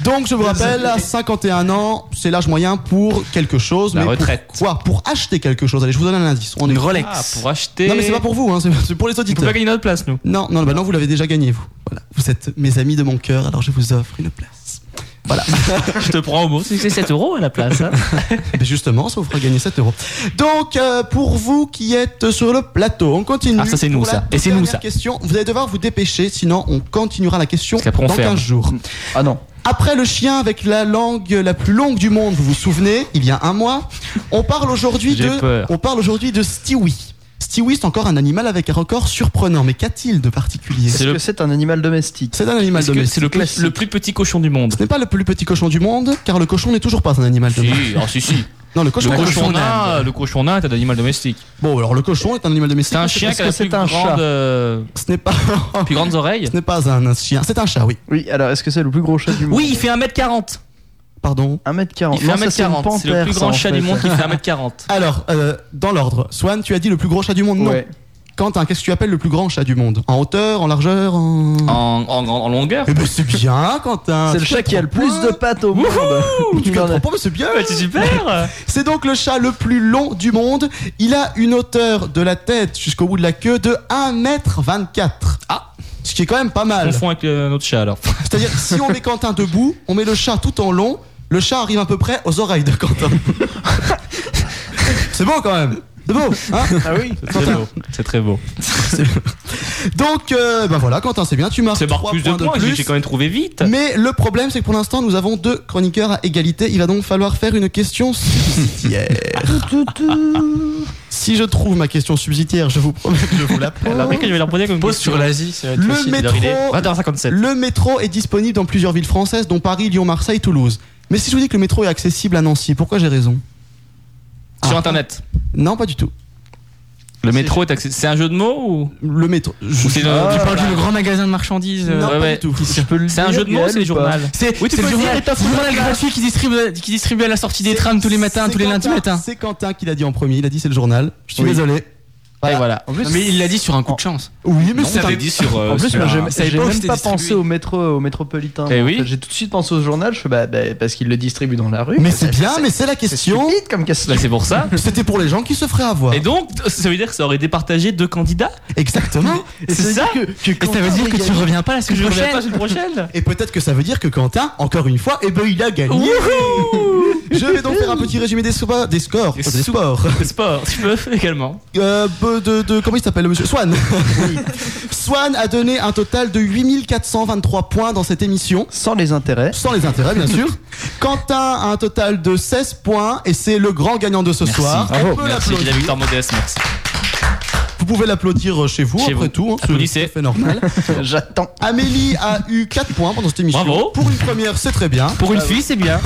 S3: Donc je vous rappelle, à 51 ans, c'est l'âge moyen pour quelque chose.
S4: La
S3: mais
S4: retraite.
S3: Pour quoi Pour acheter quelque chose. Allez, je vous donne un indice. On est
S4: Une Rolex. Ah, pour acheter-
S3: Non mais c'est pas pour vous, hein, c'est c'est pour les auditeurs.
S4: On peut pas gagner notre place, nous.
S3: Non, non, bah non, vous l'avez déjà gagné, vous. Voilà, vous êtes mes amis de mon cœur, alors je vous offre une place. Voilà.
S4: Je te prends au mot. C'est 7 euros à la place. hein.
S3: Mais Eh ben, justement, ça vous fera gagner 7 euros. Donc, euh, pour vous qui êtes sur le plateau, on continue.
S4: Ah, ça, c'est nous,
S3: pour la
S4: ça. Et c'est nous,
S3: dernière
S4: ça.
S3: Question. Vous allez devoir vous dépêcher, sinon on continuera la question
S4: qu'après, on
S3: dans
S4: ferme. Mm.
S3: 15 jours.
S5: Ah non.
S3: Après le chien avec la langue la plus longue du monde, vous vous souvenez, il y a un mois, on parle aujourd'hui
S4: J'ai
S3: de,
S4: peur.
S3: on parle aujourd'hui de Stewie. Stewie, c'est encore un animal avec un record surprenant. Mais qu'a-t-il de particulier
S5: Est-ce que c'est un animal domestique
S3: C'est un animal
S4: Est-ce que
S3: domestique.
S4: c'est le plus, le plus petit cochon du monde
S3: Ce n'est pas le plus petit cochon du monde, car le cochon n'est toujours pas un animal
S4: Si,
S3: domestique.
S4: ah, si, si.
S3: Non, le cochon,
S4: le
S3: est un
S4: cochon
S3: animal.
S4: nain, le cochon nain est un animal domestique.
S3: Bon, alors le cochon est un animal domestique.
S4: C'est un
S3: mais
S4: chien
S3: pas-
S4: qui a la
S3: Est-ce que
S4: plus grande, euh,
S3: Ce n'est pas. *laughs*
S4: plus grandes oreilles.
S3: Ce n'est pas un, un chien, c'est un chat, oui.
S5: Oui, alors est-ce que c'est le plus gros chat du monde
S4: Oui, il fait 1m40.
S3: Pardon.
S5: 1m40.
S4: Il fait
S5: Non, ça, c'est une
S4: 1m40. C'est le
S5: panthère,
S4: plus
S5: ça,
S4: grand
S5: en
S4: chat
S5: fait.
S4: du monde qui fait 1m40.
S3: Alors, euh, dans l'ordre, Swan, tu as dit le plus gros chat du monde Non.
S5: Ouais.
S3: Quentin, qu'est-ce que tu appelles le plus grand chat du monde En hauteur, en largeur, *laughs* en.
S4: En, en- en longueur.
S3: Eh ben c'est bien, Quentin.
S5: C'est le
S3: Tu te
S5: chat qui a le
S3: prends
S5: plus
S3: pas.
S5: de pattes au monde.
S3: Tu
S5: Il en
S3: comprends
S5: a-
S3: pas, mais Ah c'est bien.
S4: Ouais, C'est *laughs* super
S3: C'est donc le chat le plus long du monde. Il a une hauteur de la tête jusqu'au bout de la queue de 1m24.
S4: Ah.
S3: Ce qui est quand même pas
S4: On
S3: mal.
S4: confond avec euh, notre chat alors.
S3: C'est-à-dire, si on met Quentin debout, on met le chat tout en long, le chat arrive à peu près aux oreilles de Quentin. C'est beau quand même. C'est beau, hein
S5: Ah oui
S4: C'est très beau. C'est très beau.
S3: Donc, euh, ben voilà, Quentin, c'est bien, tu marques
S4: C'est
S3: trois
S4: Marcus de
S3: points de
S4: points, que j'ai
S3: plus.
S4: quand même trouvé vite.
S3: Mais le problème, c'est que pour l'instant, nous avons deux chroniqueurs à égalité. Il va donc falloir faire une question subsidiaire. si je trouve ma question subsidiaire, je vous promets que je vous la pose.
S4: Alors, que je vais leur poser comme
S7: Pose sur
S4: la
S7: l'Asie, ça va être
S3: Le
S7: facile.
S3: métro-
S4: 20h57.
S3: Le métro est disponible dans plusieurs villes françaises, dont Paris, Lyon, Marseille, Toulouse. Mais si je vous dis que le métro est accessible à Nancy, pourquoi j'ai raison
S4: Sur
S3: Ah.
S4: internet.
S3: Non, pas du tout.
S4: Le métro est accessible. C'est un jeu de mots ou
S3: Le métro. je-
S4: ou c'est
S7: Tu
S4: le-
S7: parles du grand magasin de marchandises. euh,
S3: Non,
S4: ouais,
S3: pas
S4: ouais.
S3: du tout.
S5: Je peux le
S4: C'est un
S5: dire,
S4: jeu de mots,
S5: Gaël,
S4: c'est
S5: ou
S4: le
S5: pas
S4: journal.
S7: C'est
S4: Oui, tu
S7: c'est
S4: peux
S7: le
S4: le
S7: journal,
S4: dire,
S7: le journal gratuit qui distribue, qui distribue à la sortie des trams tous les matins,
S3: C'est
S7: tous les lundis
S3: Quentin-
S7: matins.
S3: C'est Quentin qui l'a dit en premier, il a dit c'est le journal. Je suis
S5: Oui.
S3: désolé.
S4: Et voilà.
S5: En plus,
S7: Mais il l'a dit sur un coup de chance.
S3: Oui, mais c'est
S4: Ça
S3: un-
S4: avait dit sur. euh,
S5: En plus,
S4: sur
S5: moi,
S4: un-
S5: j'ai
S7: ça avait
S5: j'ai
S7: pas
S5: même
S7: été
S5: pas
S7: distribué.
S5: pensé au métro, au métropolitain.
S4: Eh
S5: En
S4: oui.
S5: fait, J'ai tout de suite pensé au journal. Je fais bah, bah, parce qu'il le distribue dans la rue.
S3: Mais
S5: Bah,
S3: c'est bien, mais c'est la
S5: c'est
S3: question.
S5: stupide comme question.
S4: Bah, c'est pour ça.
S3: C'était pour les gens qui se feraient avoir.
S4: Et donc, ça veut dire que ça aurait départagé deux candidats
S3: *laughs* Exactement.
S5: Et
S4: c'est
S5: veut
S4: ça
S5: dire que, que
S7: Et ça veut dire que tu reviens pas la
S4: Que
S7: semaine
S4: je ne
S7: prochaine.
S4: pas une prochaine
S3: Et peut-être que ça veut dire que Quentin, encore une fois, eh ben il a gagné. Je vais donc faire un petit résumé des, spo- des scores.
S4: Des
S3: Des,
S4: sous-
S3: sports.
S4: Le *laughs* Sport, tu peux également.
S3: Euh, peu de, de- comment il s'appelle le monsieur Swan. *laughs* Swan a donné un total de 8423 points dans cette émission.
S5: sans les intérêts.
S3: Sans les intérêts, bien
S4: *laughs*
S3: sûr. Quentin a un total de 16 points et c'est le grand gagnant de ce soir. On peut
S4: Merci,
S3: l'applaudir.
S4: Gilles Victor Modeste, merci.
S3: Vous pouvez l'applaudir euh, chez vous,
S4: Chez
S3: après
S4: vous.
S3: tout. hein, tout
S4: Applaudissez.
S3: à fait
S4: *laughs*
S3: normal.
S5: *laughs* J'attends.
S3: Amélie a eu 4 points pendant cette émission.
S4: Bravo.
S3: Pour une première, c'est très
S4: *laughs*
S3: bien.
S4: Pour une fille, c'est bien.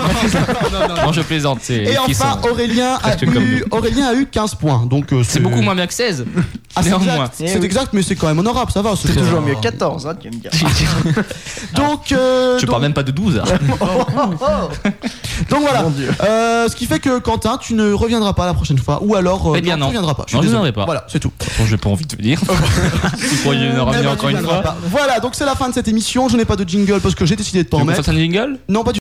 S4: Non, je plaisante. c'est-
S3: Et
S4: qui
S3: enfin,
S4: sont-
S3: Aurélien a,
S4: presque comme
S3: eu, Aurélien a eu 15 points. Donc, euh,
S4: C'est beaucoup moins bien que 16.
S3: *laughs* Ah, c'est
S5: Néanmoins.
S3: exact,
S5: Eh
S3: c'est
S5: oui.
S3: exact, mais c'est quand même honorable, ça va.
S5: C'est toujours mieux 14, hein, tu vas me dire. *laughs*
S3: Donc.
S4: Tu parles même pas de hein. 12.
S3: *laughs*
S5: Ah,
S3: Donc voilà. Euh, ce qui fait que Quentin, tu ne reviendras pas la prochaine fois. Ou alors. euh,
S4: Eh bien
S3: Tu
S4: non.
S3: reviendras pas. suis
S4: Non, je ne
S3: désolé.
S4: reviendrai pas.
S3: Voilà, c'est tout.
S4: j'ai pas envie de
S3: *laughs*
S4: te dire. tu croyais
S3: Eh
S4: revenir
S3: ben, tu
S4: encore une
S3: viendras
S4: fois
S3: pas. Voilà, donc c'est la fin de cette émission. Je n'ai pas de jingle parce que j'ai décidé de pas
S4: Tu
S3: en
S4: veux qu'on
S3: mettre.
S4: fasse un jingle
S3: Non, pas du